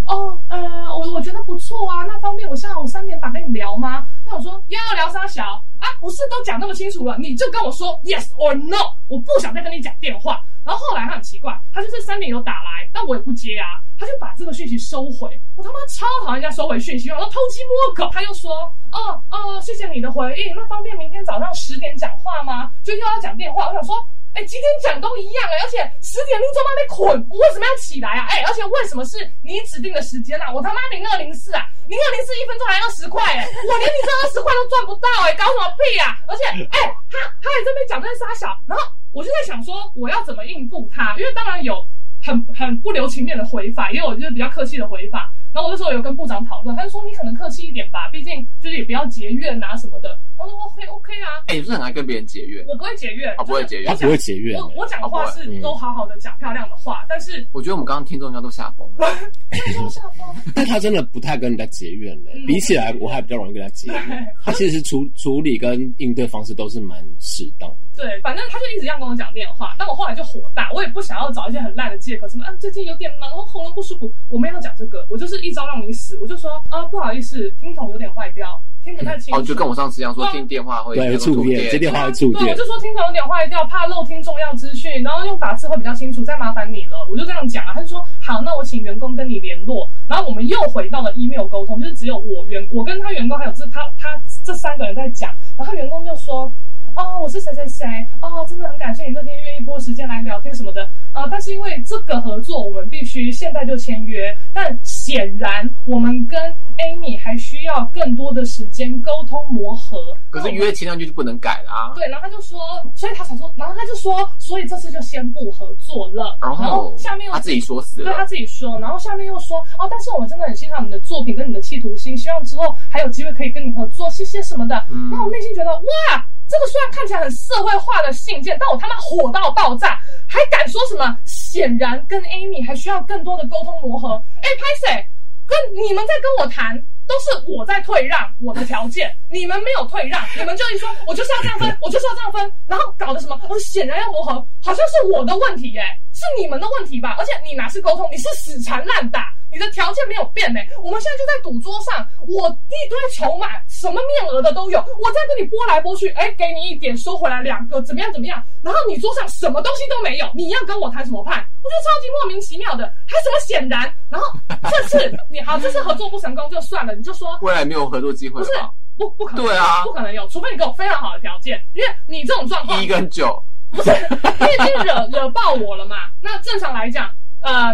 [SPEAKER 3] 哦，呃，我我觉得不错啊，那方便我下午三点打跟你聊吗？”那我说：“要聊啥小啊？不是都讲那么清楚了，你就跟我说 yes or no，我不想再跟你讲电话。”然后后来他很奇怪，他就是三点有打来，但我也不接啊，他就把这个讯息收回。我他妈超讨厌人家收回讯息，然后偷鸡摸狗。他又说：“哦哦，谢谢你的回应，那方便明天早上十点讲话吗？”就又要讲电话。我想说，哎，今天讲都一样哎、欸，而且十点你他妈得捆，我为什么要起来啊？哎，而且为什么是你指定的时间啊？我他妈零二零四啊，零二零四一分钟还二十块哎、欸，我连你这二十块都赚不到哎、欸，搞什么屁啊？而且哎，他他还这边讲那傻小，然后。我就在想说，我要怎么应付他？因为当然有很很不留情面的回法，也有就是比较客气的回法。然后我那时候有跟部长讨论，他就说你可能客气一点吧，毕竟就是也不要结怨啊什么的。我说 OK OK 啊。
[SPEAKER 1] 哎、欸，你是很爱跟别人结怨？
[SPEAKER 3] 我不会结怨，
[SPEAKER 1] 啊、哦、不会结怨，
[SPEAKER 2] 不会结怨。
[SPEAKER 3] 我我讲的话是
[SPEAKER 1] 嗯
[SPEAKER 3] 都好好的讲漂亮的话，但是
[SPEAKER 1] 我觉得我们刚刚听众应该都吓疯了，嗯
[SPEAKER 3] 都吓疯。
[SPEAKER 2] 但他真的不太跟人家结怨嘞、欸，比起来我还比较容易跟他结怨。他其实处处理跟应对方式都是蛮适当的。
[SPEAKER 3] 对，反正他就一直要跟我讲电话，但我后来就火大，我也不想要找一些很烂的借口，什么啊最近有点忙，然后喉咙不舒服，我没有讲这个，我就是一招让你死，我就说啊不好意思，听筒有点坏掉，听不太清楚。
[SPEAKER 1] 哦，就跟我上次一样，说听电话会
[SPEAKER 2] 对触电，接电话会触电。
[SPEAKER 3] 对，我就说听筒有点坏掉，怕漏听重要资讯，然后用打字会比较清楚，再麻烦你了，我就这样讲啊。他就说好，那我请员工跟你联络，然后我们又回到了 email 沟通，就是只有我员我跟他员工还有这他他这三个人在讲，然后员工就说。哦，我是谁谁谁哦，真的很感谢你那天愿意拨时间来聊天什么的啊、呃！但是因为这个合作，我们必须现在就签约。但显然，我们跟 Amy 还需要更多的时间沟通磨合。
[SPEAKER 1] 可是约签上去就不能改啦、啊。
[SPEAKER 3] 对，然后他就说，所以他才说，然后他就说，所以这次就先不合作了。
[SPEAKER 1] 然
[SPEAKER 3] 后下面
[SPEAKER 1] 他自己说死了，
[SPEAKER 3] 对他自己说，然后下面又说，哦，但是我们真的很欣赏你的作品跟你的企图心，希望之后还有机会可以跟你合作，谢谢什么的。嗯、那我内心觉得，哇！这个虽然看起来很社会化的信件，但我他妈火到爆炸，还敢说什么？显然跟 Amy 还需要更多的沟通磨合。哎，拍谁？跟你们在跟我谈，都是我在退让我的条件，你们没有退让，你们就一说我就是要这样分，我就是要这样分，然后搞的什么？哦，显然要磨合，好像是我的问题哎、欸，是你们的问题吧？而且你哪是沟通，你是死缠烂打。你的条件没有变呢、欸，我们现在就在赌桌上，我一堆筹码，什么面额的都有，我再跟你拨来拨去，哎、欸，给你一点，收回来两个，怎么样怎么样？然后你桌上什么东西都没有，你要跟我谈什么判？我觉得超级莫名其妙的，还什么显然？然后这次你好，这次合作不成功就算了，你就说
[SPEAKER 1] 未来没有合作机会，
[SPEAKER 3] 不是不不可能，
[SPEAKER 1] 对啊， 啊
[SPEAKER 3] 不可能有，除非你给我非常好的条件，因为你这种状况
[SPEAKER 1] 一跟九。
[SPEAKER 3] 不是， 因为已经惹惹爆我了嘛。那正常来讲，呃，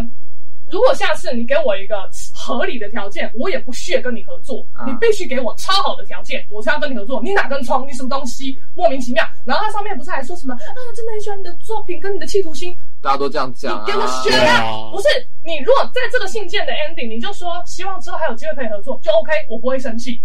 [SPEAKER 3] 如果下次你给我一个合理的条件，我也不屑跟你合作。
[SPEAKER 1] 啊
[SPEAKER 3] 你必须给我超好的条件，我才要跟你合作。你哪根葱？你什么东西？莫名其妙。然后他上面不是还说什么啊？真的很喜欢你的作品跟你的企图心，
[SPEAKER 1] 大家都这样讲啊
[SPEAKER 3] 你给我选
[SPEAKER 2] 对啊
[SPEAKER 3] 不是，你如果在这个信件的 ending，你就说希望之后还有机会可以合作，就 OK，我不会生气。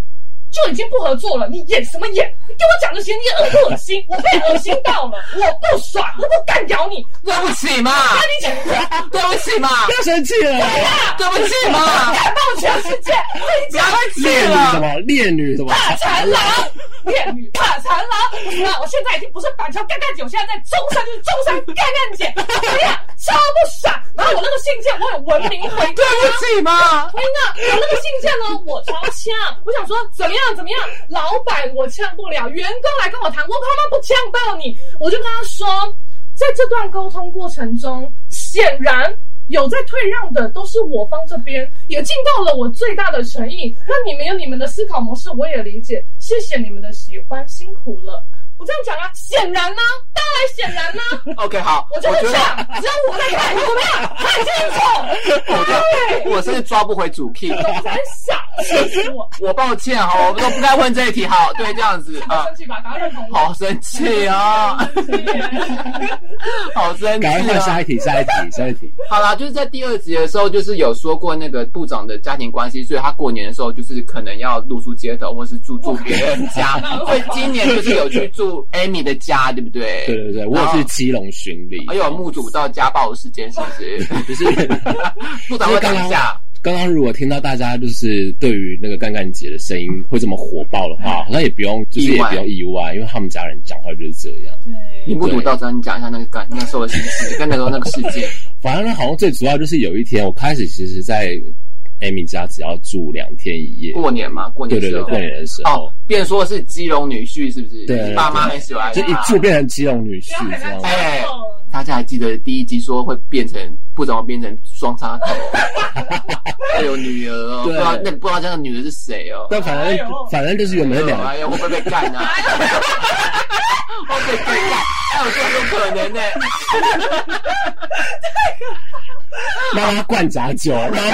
[SPEAKER 3] 就已经不合作了，你演什么演？你给我讲这些，你恶不恶心？我被恶心到了，我不爽，我不干咬你。啊
[SPEAKER 1] 对不起嘛，
[SPEAKER 3] 你讲干
[SPEAKER 1] 对不起嘛，
[SPEAKER 2] 要生气了，
[SPEAKER 1] 对不起嘛，
[SPEAKER 3] 爆全世界，你
[SPEAKER 1] 不要再气
[SPEAKER 2] 烈女什
[SPEAKER 1] 了。
[SPEAKER 2] 么烈女什么，
[SPEAKER 3] 大豺狼，烈女大豺狼。我知道，我现在已经不是板桥干干姐，我现在在中山，就是中山干干姐，怎么样？超不爽。然后我那个信件，我有文明回
[SPEAKER 1] 对
[SPEAKER 3] 归啊。
[SPEAKER 1] 不起嘛，
[SPEAKER 3] 所以呢，我那个信件呢，我超呛，我想说怎么样怎么样，老板我呛不了，员工来跟我谈，我他妈不呛爆你，我就跟他说，在这段沟通过程中，显然。有在退让的都是我方这边，也尽到了我最大的诚意。那你们有你们的思考模式，我也理解，谢谢你们的喜欢，辛苦了。我这样讲啊，显然呐、当然显然呐、啊
[SPEAKER 1] OK，好，
[SPEAKER 3] 我
[SPEAKER 1] 我
[SPEAKER 3] 就
[SPEAKER 1] 觉
[SPEAKER 3] 是
[SPEAKER 1] 得
[SPEAKER 3] 这样，只有我在看，有没有？看清楚，
[SPEAKER 1] 我觉得我甚至抓不回主 key，
[SPEAKER 3] 我真傻，气死我！
[SPEAKER 1] 我抱歉哈，我都不该问这一题，好，对，这样子
[SPEAKER 3] 好
[SPEAKER 1] 啊
[SPEAKER 3] 生，气吧，赶快认同我。
[SPEAKER 1] 好生气啊，好 生气
[SPEAKER 2] 赶快换
[SPEAKER 1] 啊
[SPEAKER 2] 下。一题，下一题，下一题。
[SPEAKER 1] 好啦，就是在第二集的时候，就是有说过那个部长的家庭关系，所以他过年的时候就是可能要露宿街头，或是住住别人家。所以今年就是有去住 Amy 的家，对不对？
[SPEAKER 2] 对对对，我
[SPEAKER 1] 然
[SPEAKER 2] 有
[SPEAKER 1] 后
[SPEAKER 2] 去基隆巡礼。
[SPEAKER 1] 还有目睹到家暴事件，是不 是？
[SPEAKER 2] 就是
[SPEAKER 1] 部长会讲一下。
[SPEAKER 2] 刚刚如果听到大家就是对于那个干干姐的声音会这么火爆的
[SPEAKER 1] 嗯
[SPEAKER 2] 话，好像也不用，就是
[SPEAKER 1] 意
[SPEAKER 2] 也
[SPEAKER 1] 外
[SPEAKER 2] 不用意外，因为他们家人讲话就是这样。
[SPEAKER 1] 你
[SPEAKER 3] 对，
[SPEAKER 1] 目睹到之后，你讲一下那个感那时候的心情，跟那时候那个事件。
[SPEAKER 2] 反正好像最主要就是有一天，我开始其实在 Amy 家只要住两天一夜，
[SPEAKER 1] 过年嘛，过年
[SPEAKER 2] 对
[SPEAKER 1] 的
[SPEAKER 2] 对
[SPEAKER 1] 时
[SPEAKER 2] 对，
[SPEAKER 1] 候
[SPEAKER 2] 过。年的时候
[SPEAKER 1] 哦，，变说是基隆女婿，是不是？
[SPEAKER 2] 对
[SPEAKER 1] 你爸妈很喜欢啊
[SPEAKER 2] 就
[SPEAKER 1] 他。
[SPEAKER 2] 一住变成基隆女
[SPEAKER 3] 不
[SPEAKER 2] 婿
[SPEAKER 3] 要给
[SPEAKER 2] 这
[SPEAKER 3] 他
[SPEAKER 2] 样
[SPEAKER 3] 讲。。
[SPEAKER 1] 哎
[SPEAKER 3] 嗯
[SPEAKER 1] 大家还记得第一集说会变成不怎么变成双插头， 还有女儿哦，不
[SPEAKER 2] 对
[SPEAKER 1] 知道那不知道那个女儿是谁哦。
[SPEAKER 2] 但反
[SPEAKER 3] 哎
[SPEAKER 2] 正
[SPEAKER 3] 呦
[SPEAKER 2] 反正就是我们两
[SPEAKER 1] 哎呀，会不会被干 啊？会不会被干？还有这种可能欸呢？
[SPEAKER 2] 妈妈灌假酒，妈妈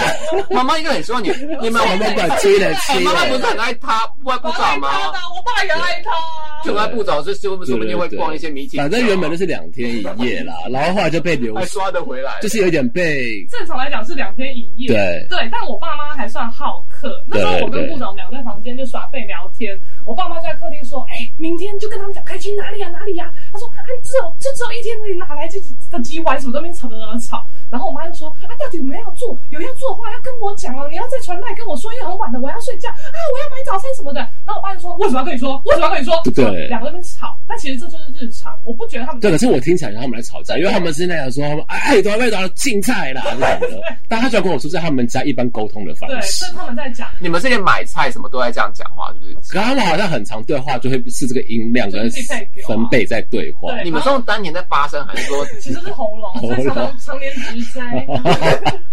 [SPEAKER 1] 妈妈应该很希望你，你们
[SPEAKER 2] 妈妈灌七了
[SPEAKER 1] 哎
[SPEAKER 2] 七
[SPEAKER 1] 妈妈不是
[SPEAKER 2] 了，
[SPEAKER 1] 很爱他，哎不爱部
[SPEAKER 3] 我
[SPEAKER 1] 长
[SPEAKER 3] 爱他
[SPEAKER 1] 吗
[SPEAKER 3] 的？，我爸也爱他。啊
[SPEAKER 1] 就爱部长，所以说 不说不定会逛一些迷情。
[SPEAKER 2] 反正原本就是两天一夜啦，然后后来就被流
[SPEAKER 1] 还，哎刷得回来，
[SPEAKER 2] 就是有点被
[SPEAKER 3] 正常来讲是两天一夜，
[SPEAKER 2] 对
[SPEAKER 3] 但我爸妈还算好客。那时候
[SPEAKER 2] 对
[SPEAKER 3] 我跟
[SPEAKER 2] 对
[SPEAKER 3] 部长我们俩在房间就耍废聊天，我爸妈就在客厅说：“哎、明天就跟他们讲可以去哪里啊哪里呀、他说：“啊，你只有就只有一天而已，哪啊来这几这几晚什么都没吵吵吵吵。”然后我妈就说：“啊，到底有没有要做？有要做的话要跟我讲哦，你要再传来跟我说，因为很晚了，我要睡觉啊，我要买早餐什么的。”然后我爸就说：“为什么要跟你说？为什么要跟你说？”
[SPEAKER 2] 对
[SPEAKER 3] 两个人在那边吵，但其实这就是日常，我不觉得他们
[SPEAKER 2] 对，可是我听起来像他们在吵架，因为他们是那样说，他们哎，哎多少多少竞赛啦这种的。但他就要跟我说，这是他们家一般沟通的方
[SPEAKER 3] 对，
[SPEAKER 2] 式
[SPEAKER 3] 这。是他们在讲。
[SPEAKER 1] 你们这些买菜什么都在这样讲话，是不是？
[SPEAKER 2] 可他们好像很常对话，就会是这个音量跟
[SPEAKER 3] 就是配表啊
[SPEAKER 2] 分贝在对话。
[SPEAKER 3] 对
[SPEAKER 1] 你们是用丹田在发声，还是说？
[SPEAKER 3] 其实是喉咙，所以常常常年直 塞，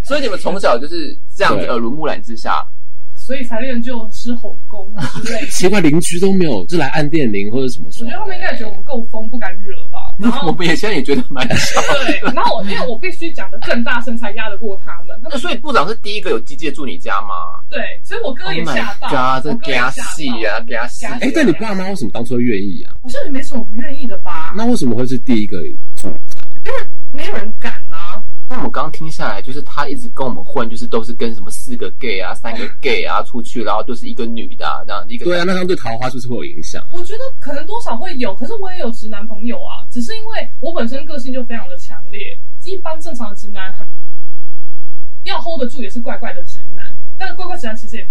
[SPEAKER 1] 所以你们从小就是这样子
[SPEAKER 2] 对
[SPEAKER 1] 耳濡目染之下，
[SPEAKER 3] 所以才练就狮吼功之类的。
[SPEAKER 2] 奇怪，邻居都没有就来按电铃或者什么什
[SPEAKER 3] 我
[SPEAKER 2] 么
[SPEAKER 3] 觉得他们应该也觉得我们够疯，不敢惹吧。然
[SPEAKER 1] 我
[SPEAKER 3] 后
[SPEAKER 1] 们也现在也觉得蛮 像。
[SPEAKER 3] 对，然后我因为我必须讲的更大声才压得过他们，他
[SPEAKER 1] 那
[SPEAKER 3] 们
[SPEAKER 1] 所以部长是第一个有机械住你家吗
[SPEAKER 3] 对，所以我哥
[SPEAKER 1] ？Oh
[SPEAKER 3] 也
[SPEAKER 1] my
[SPEAKER 3] 吓到，
[SPEAKER 1] god！
[SPEAKER 3] 我
[SPEAKER 1] 这
[SPEAKER 3] 哥
[SPEAKER 1] 给
[SPEAKER 3] 也
[SPEAKER 1] 他
[SPEAKER 3] 吓
[SPEAKER 1] 戏
[SPEAKER 3] 到，
[SPEAKER 1] 啊，给他戏。
[SPEAKER 2] 哎，但你爸妈为什么当初会愿意啊？
[SPEAKER 3] 好像也没什么不愿意的吧？
[SPEAKER 2] 那为什么会是第一个？
[SPEAKER 3] 没有人敢啊，
[SPEAKER 1] 那我刚刚听下来，就是他一直跟我们混，就是都是跟什么四个 gay 啊、三个 gay 啊出去，然后就是一个女的、啊、这样一个。
[SPEAKER 2] 对啊，那他们对桃花是不是会有影响？啊
[SPEAKER 3] 我觉得可能多少会有，可是我也有直男朋友啊，只是因为我本身个性就非常的强烈，一般正常的直男很要 hold 得住也是怪怪的直男，但怪怪直男其实也，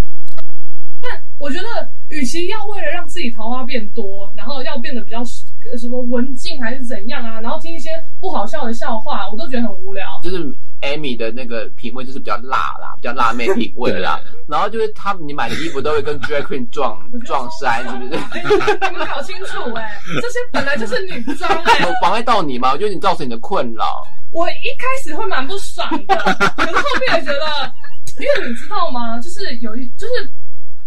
[SPEAKER 3] 但我觉得与其要为了让自己桃花变多，然后要变得比较呃什么文静还是怎样啊，然后听一些不好笑的笑话，我都觉得很无聊。
[SPEAKER 1] 就是 Amy 的那个品味就是比较辣啦，比较辣妹品味啦。然后就是他，你买的衣服都会跟 drag queen 撞
[SPEAKER 3] 我觉得
[SPEAKER 1] 撞衫，是不是？
[SPEAKER 3] 哎你们搞清楚哎、这些本来就是女装哎、
[SPEAKER 1] 有妨碍到你吗？我觉得你造成你的困扰。
[SPEAKER 3] 我一开始会蛮 不爽的，可是后面也觉得，因为你知道吗？就是有一，就是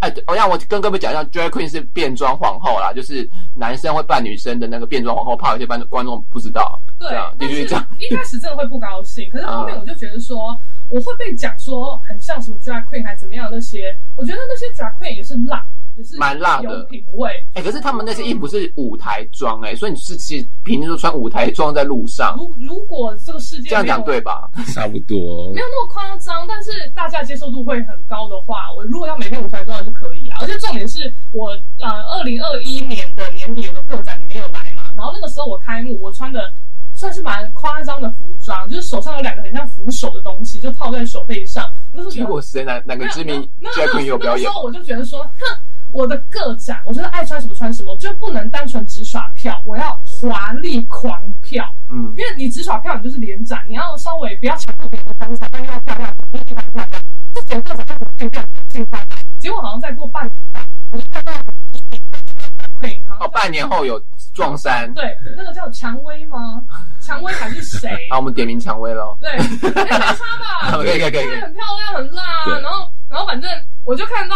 [SPEAKER 1] 哎，对，我让我跟各位讲一下，drag queen 是变装皇后啦，就是男生会扮女生的那个变装皇后，怕有些观观众不知道。
[SPEAKER 3] 对
[SPEAKER 1] 这样，
[SPEAKER 3] 但
[SPEAKER 1] 的确
[SPEAKER 3] 是
[SPEAKER 1] 这样。
[SPEAKER 3] 一开始真的会不高 兴，可是后面我就觉得说，我会被讲说很像什么 drag queen 还怎么样那些，我觉得那些 drag queen 也是辣，也是
[SPEAKER 1] 蛮辣的
[SPEAKER 3] 有品味。
[SPEAKER 1] 哎、可是他们那些衣服是舞台装，哎，所以你是其实平时都穿舞台装在路上，
[SPEAKER 3] 如如果这个世界
[SPEAKER 1] 这样
[SPEAKER 3] 没
[SPEAKER 1] 讲
[SPEAKER 3] 有
[SPEAKER 1] 对 吧？
[SPEAKER 2] 差不多
[SPEAKER 3] 没。有那么夸张，但是大家接受度会很高的话，我如果要每天舞台装也是可以啊。而且重点是我呃，二零二一年的年底有个个展，你没有来嘛？然后那个时候我开幕，我穿的算是蛮夸张的服装，就是手上有两个很像扶手的东西，就套在手背上。我那时候觉
[SPEAKER 1] 结
[SPEAKER 3] 得
[SPEAKER 1] 果谁哪哪个知名
[SPEAKER 3] 那
[SPEAKER 1] drag queen 有表演
[SPEAKER 3] 那时？候我就觉得说，哼，我的个展，我就是爱穿什么穿什么，就不能单纯只耍票，我要华丽狂票。
[SPEAKER 1] 嗯，
[SPEAKER 3] 因为你只耍票，你就是连展，你要稍微不要抢别人的单场，但又要漂亮，你一般漂亮，这整个展要怎么变漂亮？尽快来。结果好像再过半年吧，我就看到一点的 Queen，然后
[SPEAKER 1] 哦，半年后有撞衫。
[SPEAKER 3] 对哎那个叫蔷薇吗？蔷薇还是 谁？
[SPEAKER 1] 好，我们点名蔷薇了。
[SPEAKER 3] 对，哎没差 吧？
[SPEAKER 1] 可以可以可以
[SPEAKER 3] 因哎为很漂亮，很辣啊。
[SPEAKER 2] 对
[SPEAKER 3] 然后，然后反正我就看到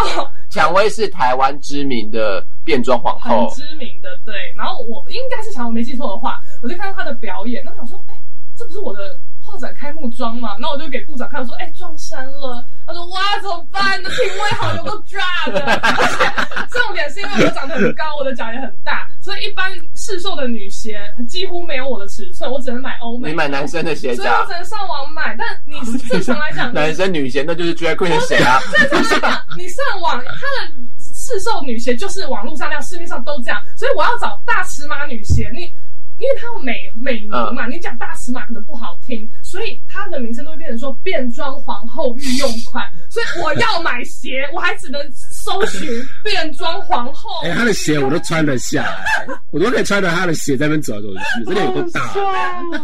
[SPEAKER 1] 蔷薇是台湾知名的变装皇
[SPEAKER 3] 很
[SPEAKER 1] 后，
[SPEAKER 3] 知名的，对。然后我应该是想我没记错的话，我就看到他的表演，那想说，哎、这不是我的画展开幕妆吗？然后我就给部长看，我说，哎、撞衫了。他说，哇，怎么办？你的品味好有够抓的。而且 重点是因为我长得很高，我的脚也很大，所以一般市售的女鞋几乎没有我的尺寸，我只能买欧美。
[SPEAKER 1] 你买男生的鞋
[SPEAKER 3] 所以我
[SPEAKER 1] 架
[SPEAKER 3] 只，能上网买，但你正常 来讲，
[SPEAKER 1] 男生女鞋那就是 drag queen 的鞋啊。
[SPEAKER 3] 你上网，它的市售女鞋就是网络上那样，市面上都这样，所以我要找大尺码女鞋。你因为它有美美名嘛，你讲大尺码可能不好听，所以它的名称都会变成说变装皇
[SPEAKER 1] 哎
[SPEAKER 3] 后御用款。所以我要买鞋，我还只能搜寻变装皇后。
[SPEAKER 2] 哎、他的鞋我都穿得下来，我都可以穿着他的鞋在那边走来走去，真的有多大？啊
[SPEAKER 3] 我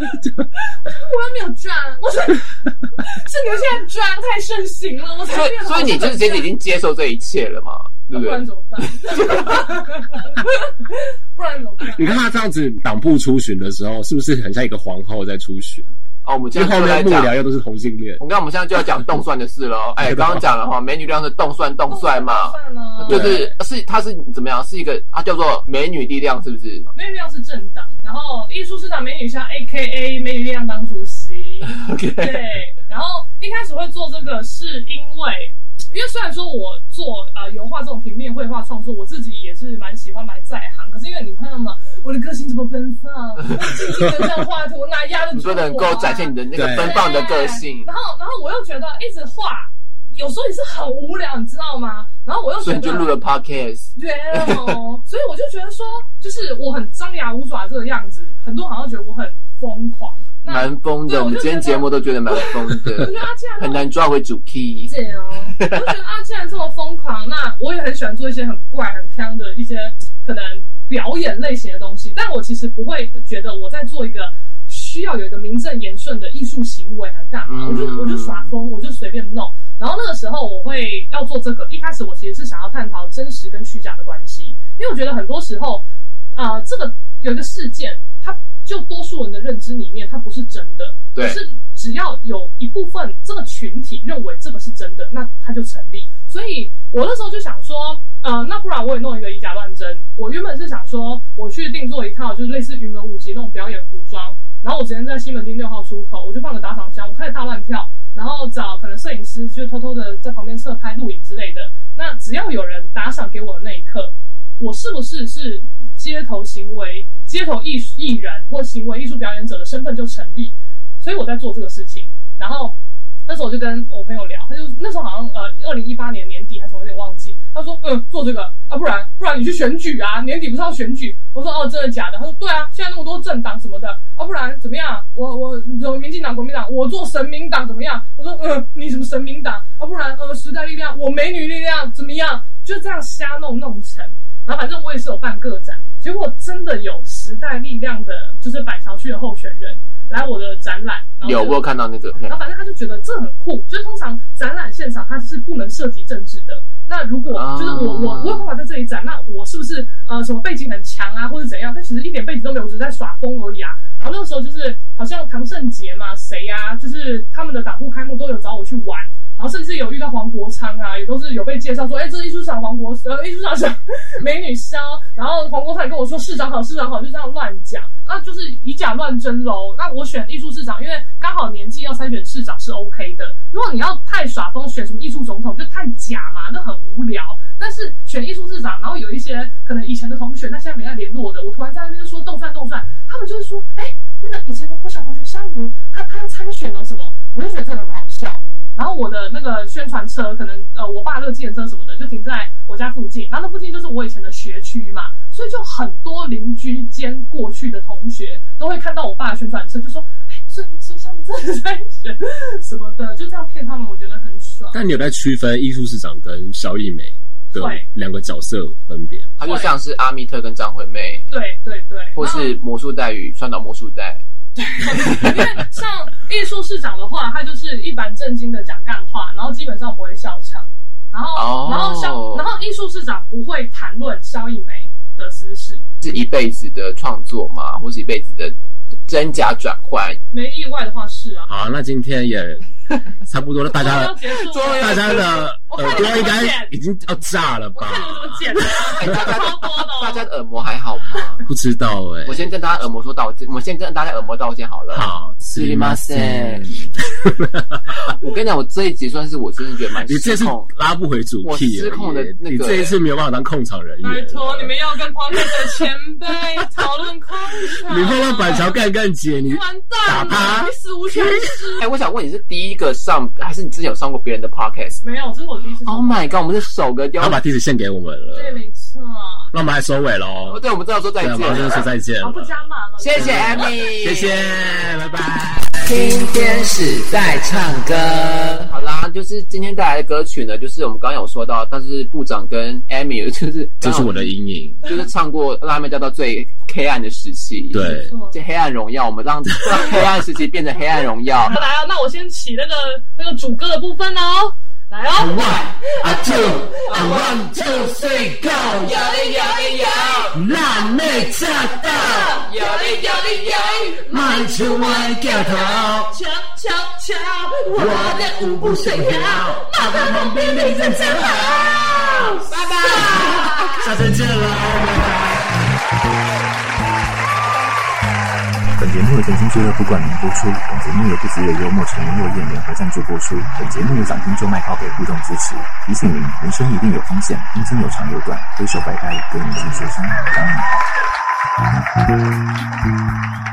[SPEAKER 3] 又没有赚，我说是你们现在赚太盛行了，我才
[SPEAKER 1] 所以
[SPEAKER 3] 变
[SPEAKER 1] 所以你就是其实已经接受这一切了嘛，对
[SPEAKER 3] 不
[SPEAKER 1] 不
[SPEAKER 3] 然
[SPEAKER 1] 对？
[SPEAKER 3] 怎么办？ 不然怎么办？
[SPEAKER 2] 你看他这样子党部出巡的时候，是不是很像一个皇后在出巡？
[SPEAKER 1] 哦，我们
[SPEAKER 2] 就
[SPEAKER 1] 现在
[SPEAKER 2] 后
[SPEAKER 1] 就在
[SPEAKER 2] 面幕
[SPEAKER 1] 讲
[SPEAKER 2] 僚。又都是同性恋
[SPEAKER 1] 我，刚我们现在就要讲动算的事 喽。哎，刚刚讲了哈，美女量是动算动算嘛，
[SPEAKER 3] 算啊了，
[SPEAKER 1] 就是是它是怎么样？是一个它叫做美女力量，是不是？
[SPEAKER 3] 美女力量是政党，然后艺术市场美女像 A K A 美女力量当主 席。对，然后一开始会做这个是因为，因为虽然说我做呃油画这种平面绘画创作，我自己也是蛮喜欢蛮在行，可是因为你看到嘛，我的个性这么奔 放，我静静的这样画图，哪压得住、啊？
[SPEAKER 1] 你说能够展现你的那个
[SPEAKER 2] 对
[SPEAKER 1] 奔放的个性
[SPEAKER 3] 对，然后，然后我又觉得一直画，有时候也是很无聊，你知道吗？然后我又觉
[SPEAKER 1] 所以
[SPEAKER 3] 得
[SPEAKER 1] 你就录了 podcast。
[SPEAKER 3] 对哦，所以我就觉得说，就是我很张牙舞爪这个样子，很多人好像觉得我很疯狂。那
[SPEAKER 1] 蛮疯
[SPEAKER 3] 对
[SPEAKER 1] 的，我们
[SPEAKER 3] 就
[SPEAKER 1] 今天
[SPEAKER 3] 觉得
[SPEAKER 1] 节目都 觉得蛮疯
[SPEAKER 3] 我
[SPEAKER 1] 的
[SPEAKER 3] 觉，得啊，既然
[SPEAKER 1] 很难抓回主 key。
[SPEAKER 3] 这样哦，我就觉得啊，既然这么疯狂，那我也很喜欢做一些很怪、很坑的一些可能表演类型的东西。但我其实不会觉得我在做一个需要有一个名正言顺的艺术行为来干嘛，
[SPEAKER 1] 嗯
[SPEAKER 3] 我就我就耍疯，我就随便弄。然后那个时候我会要做这个，一开始我其实是想要探讨真实跟虚假的关系，因为我觉得很多时候，呃，这个有一个事件，它就多数人的认知里面，它不是真的，
[SPEAKER 1] 对
[SPEAKER 3] 可是只要有一部分这个群体认为这个是真的，那它就成立。所以我那时候就想说，呃，那不然我也弄一个以假乱真。我原本是想说，我去定做一套就是类似云门舞集那种表演服装，然后我直接在西门町六号出口，我就放个打赏箱，我开始大乱跳，然后找可能摄影师就偷偷的在旁边侧拍、录影之类的。那只要有人打赏给我的那一刻，我是不是是街头行为、街头艺艺人或行为艺术表演者的身份就成立？所以我在做这个事情。然后那时候我就跟我朋友聊，他就那时候好像呃，二零一八年年底还是什么，有点忘记。他说，嗯，做这个啊，不然不然你去选举啊，年底不是要选举？我说，哦，真的假的？他说，对啊，现在那么多政党什么的啊，不然怎么样？我我什么民进党、国民党，我做神明党怎么样？我说，嗯，你什么神明党啊？不然呃，时代力量，我美女力量怎么样？就这样瞎弄弄成。然后反正我也是有办个展，结果真的有时代力量的，就是板桥区的候选人来我的展览，然后
[SPEAKER 1] 有，
[SPEAKER 3] 就
[SPEAKER 1] 我有看到那个，
[SPEAKER 3] 然后反正他就觉得这很酷，就是通常展览现场它是不能涉及政治的。那如果
[SPEAKER 1] 啊
[SPEAKER 3] 就是我我我有办法在这里展，那我是不是呃什么背景很强啊，或者怎样？但其实一点背景都没有，我只是在耍疯而已啊。然后那个啊时候就是好像唐圣杰嘛，谁呀、就是他们的党部开幕都有找我去玩，然后甚至有遇到黄国昌啊，也都是有被介绍说，哎、这是艺术长黄国，呃，艺术长是 美女肖，然后黄国昌也跟我说市长好，市长好，就这样乱讲，那就是以假乱真喽。那我选艺术市长，因为刚好年纪要参选市长是 OK 的。如果你要太耍疯，选什么艺术总统就太假嘛，那很无聊。但是选艺术市长，然后有一些可能以前的同学，那现在没在联络的，我突然在那边说动算动算，他们就是说，哎、那个以前的国小同学肖云，他他要参选哦了什么，我就觉得这个很好笑。然后我的那个宣传车，可能呃我爸乐见车什么的，就停在我家附近。然后那附近就是我以前的学区嘛，所以就很多邻居兼过去的同学都会看到我爸的宣传车，就说：“哎，所以所以小美真的在选 什么的，就这样骗他们，我觉得很爽。
[SPEAKER 2] 但你有在区分艺术市长跟萧逸梅的
[SPEAKER 3] 会
[SPEAKER 2] 两个角色分别吗？
[SPEAKER 1] 他就像是阿密特跟张惠妹，
[SPEAKER 3] 对对对，
[SPEAKER 1] 或
[SPEAKER 3] 然后
[SPEAKER 2] 嗯
[SPEAKER 1] 是魔术带与川岛魔术带，
[SPEAKER 3] 因为像艺术市长的话，他就是一板正经的讲干话，然后基本上不会笑场。然后，
[SPEAKER 1] 哦
[SPEAKER 3] 然后肖，然后艺术市长不会谈论肖一梅的私事，
[SPEAKER 1] 是一辈子的创作嘛，或是一辈子的真假转换。
[SPEAKER 2] 嗯
[SPEAKER 3] 没意外的话是啊。
[SPEAKER 2] 好，那今天也差不多了，大
[SPEAKER 3] 我们
[SPEAKER 2] 家
[SPEAKER 3] 要结束
[SPEAKER 1] 终于
[SPEAKER 3] 了，
[SPEAKER 2] 大家的
[SPEAKER 3] 我看
[SPEAKER 2] 耳
[SPEAKER 3] 你
[SPEAKER 2] 朵
[SPEAKER 3] 怎
[SPEAKER 2] 应
[SPEAKER 3] 么
[SPEAKER 2] 该
[SPEAKER 3] 剪
[SPEAKER 2] 已经要炸了
[SPEAKER 3] 我
[SPEAKER 2] 吧？
[SPEAKER 3] 看你怎么剪的，
[SPEAKER 1] 哎大家
[SPEAKER 3] 超多的哦。
[SPEAKER 1] 大家的耳膜还好 吗？
[SPEAKER 2] 不知道哎、
[SPEAKER 1] 我先跟大家耳膜说道歉，我先跟大家耳膜道歉好了。
[SPEAKER 2] 好，
[SPEAKER 1] すみません 我跟你讲，我这一集算是我真的觉得蛮
[SPEAKER 2] 你这
[SPEAKER 1] 失
[SPEAKER 2] 次
[SPEAKER 1] 控。
[SPEAKER 2] 拉不回主
[SPEAKER 1] 我
[SPEAKER 2] key，
[SPEAKER 1] 失控的
[SPEAKER 2] 耶
[SPEAKER 1] 那个
[SPEAKER 2] 你这一次没有办法当控场人员。
[SPEAKER 3] 拜托，你们要跟 p o d 的前辈讨论空场，
[SPEAKER 2] 你会让板桥干干姐，你
[SPEAKER 3] 完
[SPEAKER 2] 打
[SPEAKER 3] 蛋
[SPEAKER 2] 他
[SPEAKER 3] 了，你死无全尸。
[SPEAKER 1] 哎、我想问你是第一个上，还是你之前有上过别人的 podcast？Oh
[SPEAKER 3] 没有，这是我第一次上。
[SPEAKER 1] my god，我们是首个丢
[SPEAKER 2] 他。把地址献给我们了，
[SPEAKER 3] 对，没错。啊，
[SPEAKER 2] 那我们来收尾喽。
[SPEAKER 1] 对，我们知道说再
[SPEAKER 2] 对，我
[SPEAKER 1] 见
[SPEAKER 2] 们就说再见了
[SPEAKER 3] 不，加码了。
[SPEAKER 1] 谢谢 Amy，
[SPEAKER 2] 谢谢，拜拜。
[SPEAKER 1] 今天是在唱歌。好啦，就是今天带来的歌曲呢，就是我们刚刚有说到，但是部长跟 Amy 就是
[SPEAKER 2] 这
[SPEAKER 1] 刚
[SPEAKER 2] 是
[SPEAKER 1] 好
[SPEAKER 2] 我的阴影。
[SPEAKER 1] 就是唱过让他们叫到最黑暗的时期。
[SPEAKER 2] 对
[SPEAKER 3] 没，错
[SPEAKER 1] 这黑暗荣耀，我们 让让黑暗时期变成黑暗荣耀。
[SPEAKER 3] 来啊，那我先起那个那个主歌的部分哦，来哦。
[SPEAKER 2] One, a two, a one, two, three, go！
[SPEAKER 1] 力有力有，
[SPEAKER 2] 辣妹驾到，
[SPEAKER 1] 有力有力有，
[SPEAKER 2] 迈出我的脚头，
[SPEAKER 3] 瞧瞧瞧，
[SPEAKER 2] 我的舞步线条，那个旁边的人真好。
[SPEAKER 1] 拜拜。
[SPEAKER 2] 下次见喽，拜拜。
[SPEAKER 4] 本节目由甜心俱乐部冠名播出。本节目由不只有幽默陈林落叶联合赞助播出。本节目由掌听就卖靠给互动支持。提醒您，人生一定有风险，阴茎有长有短，挥手拜拜，给你是学生，当你。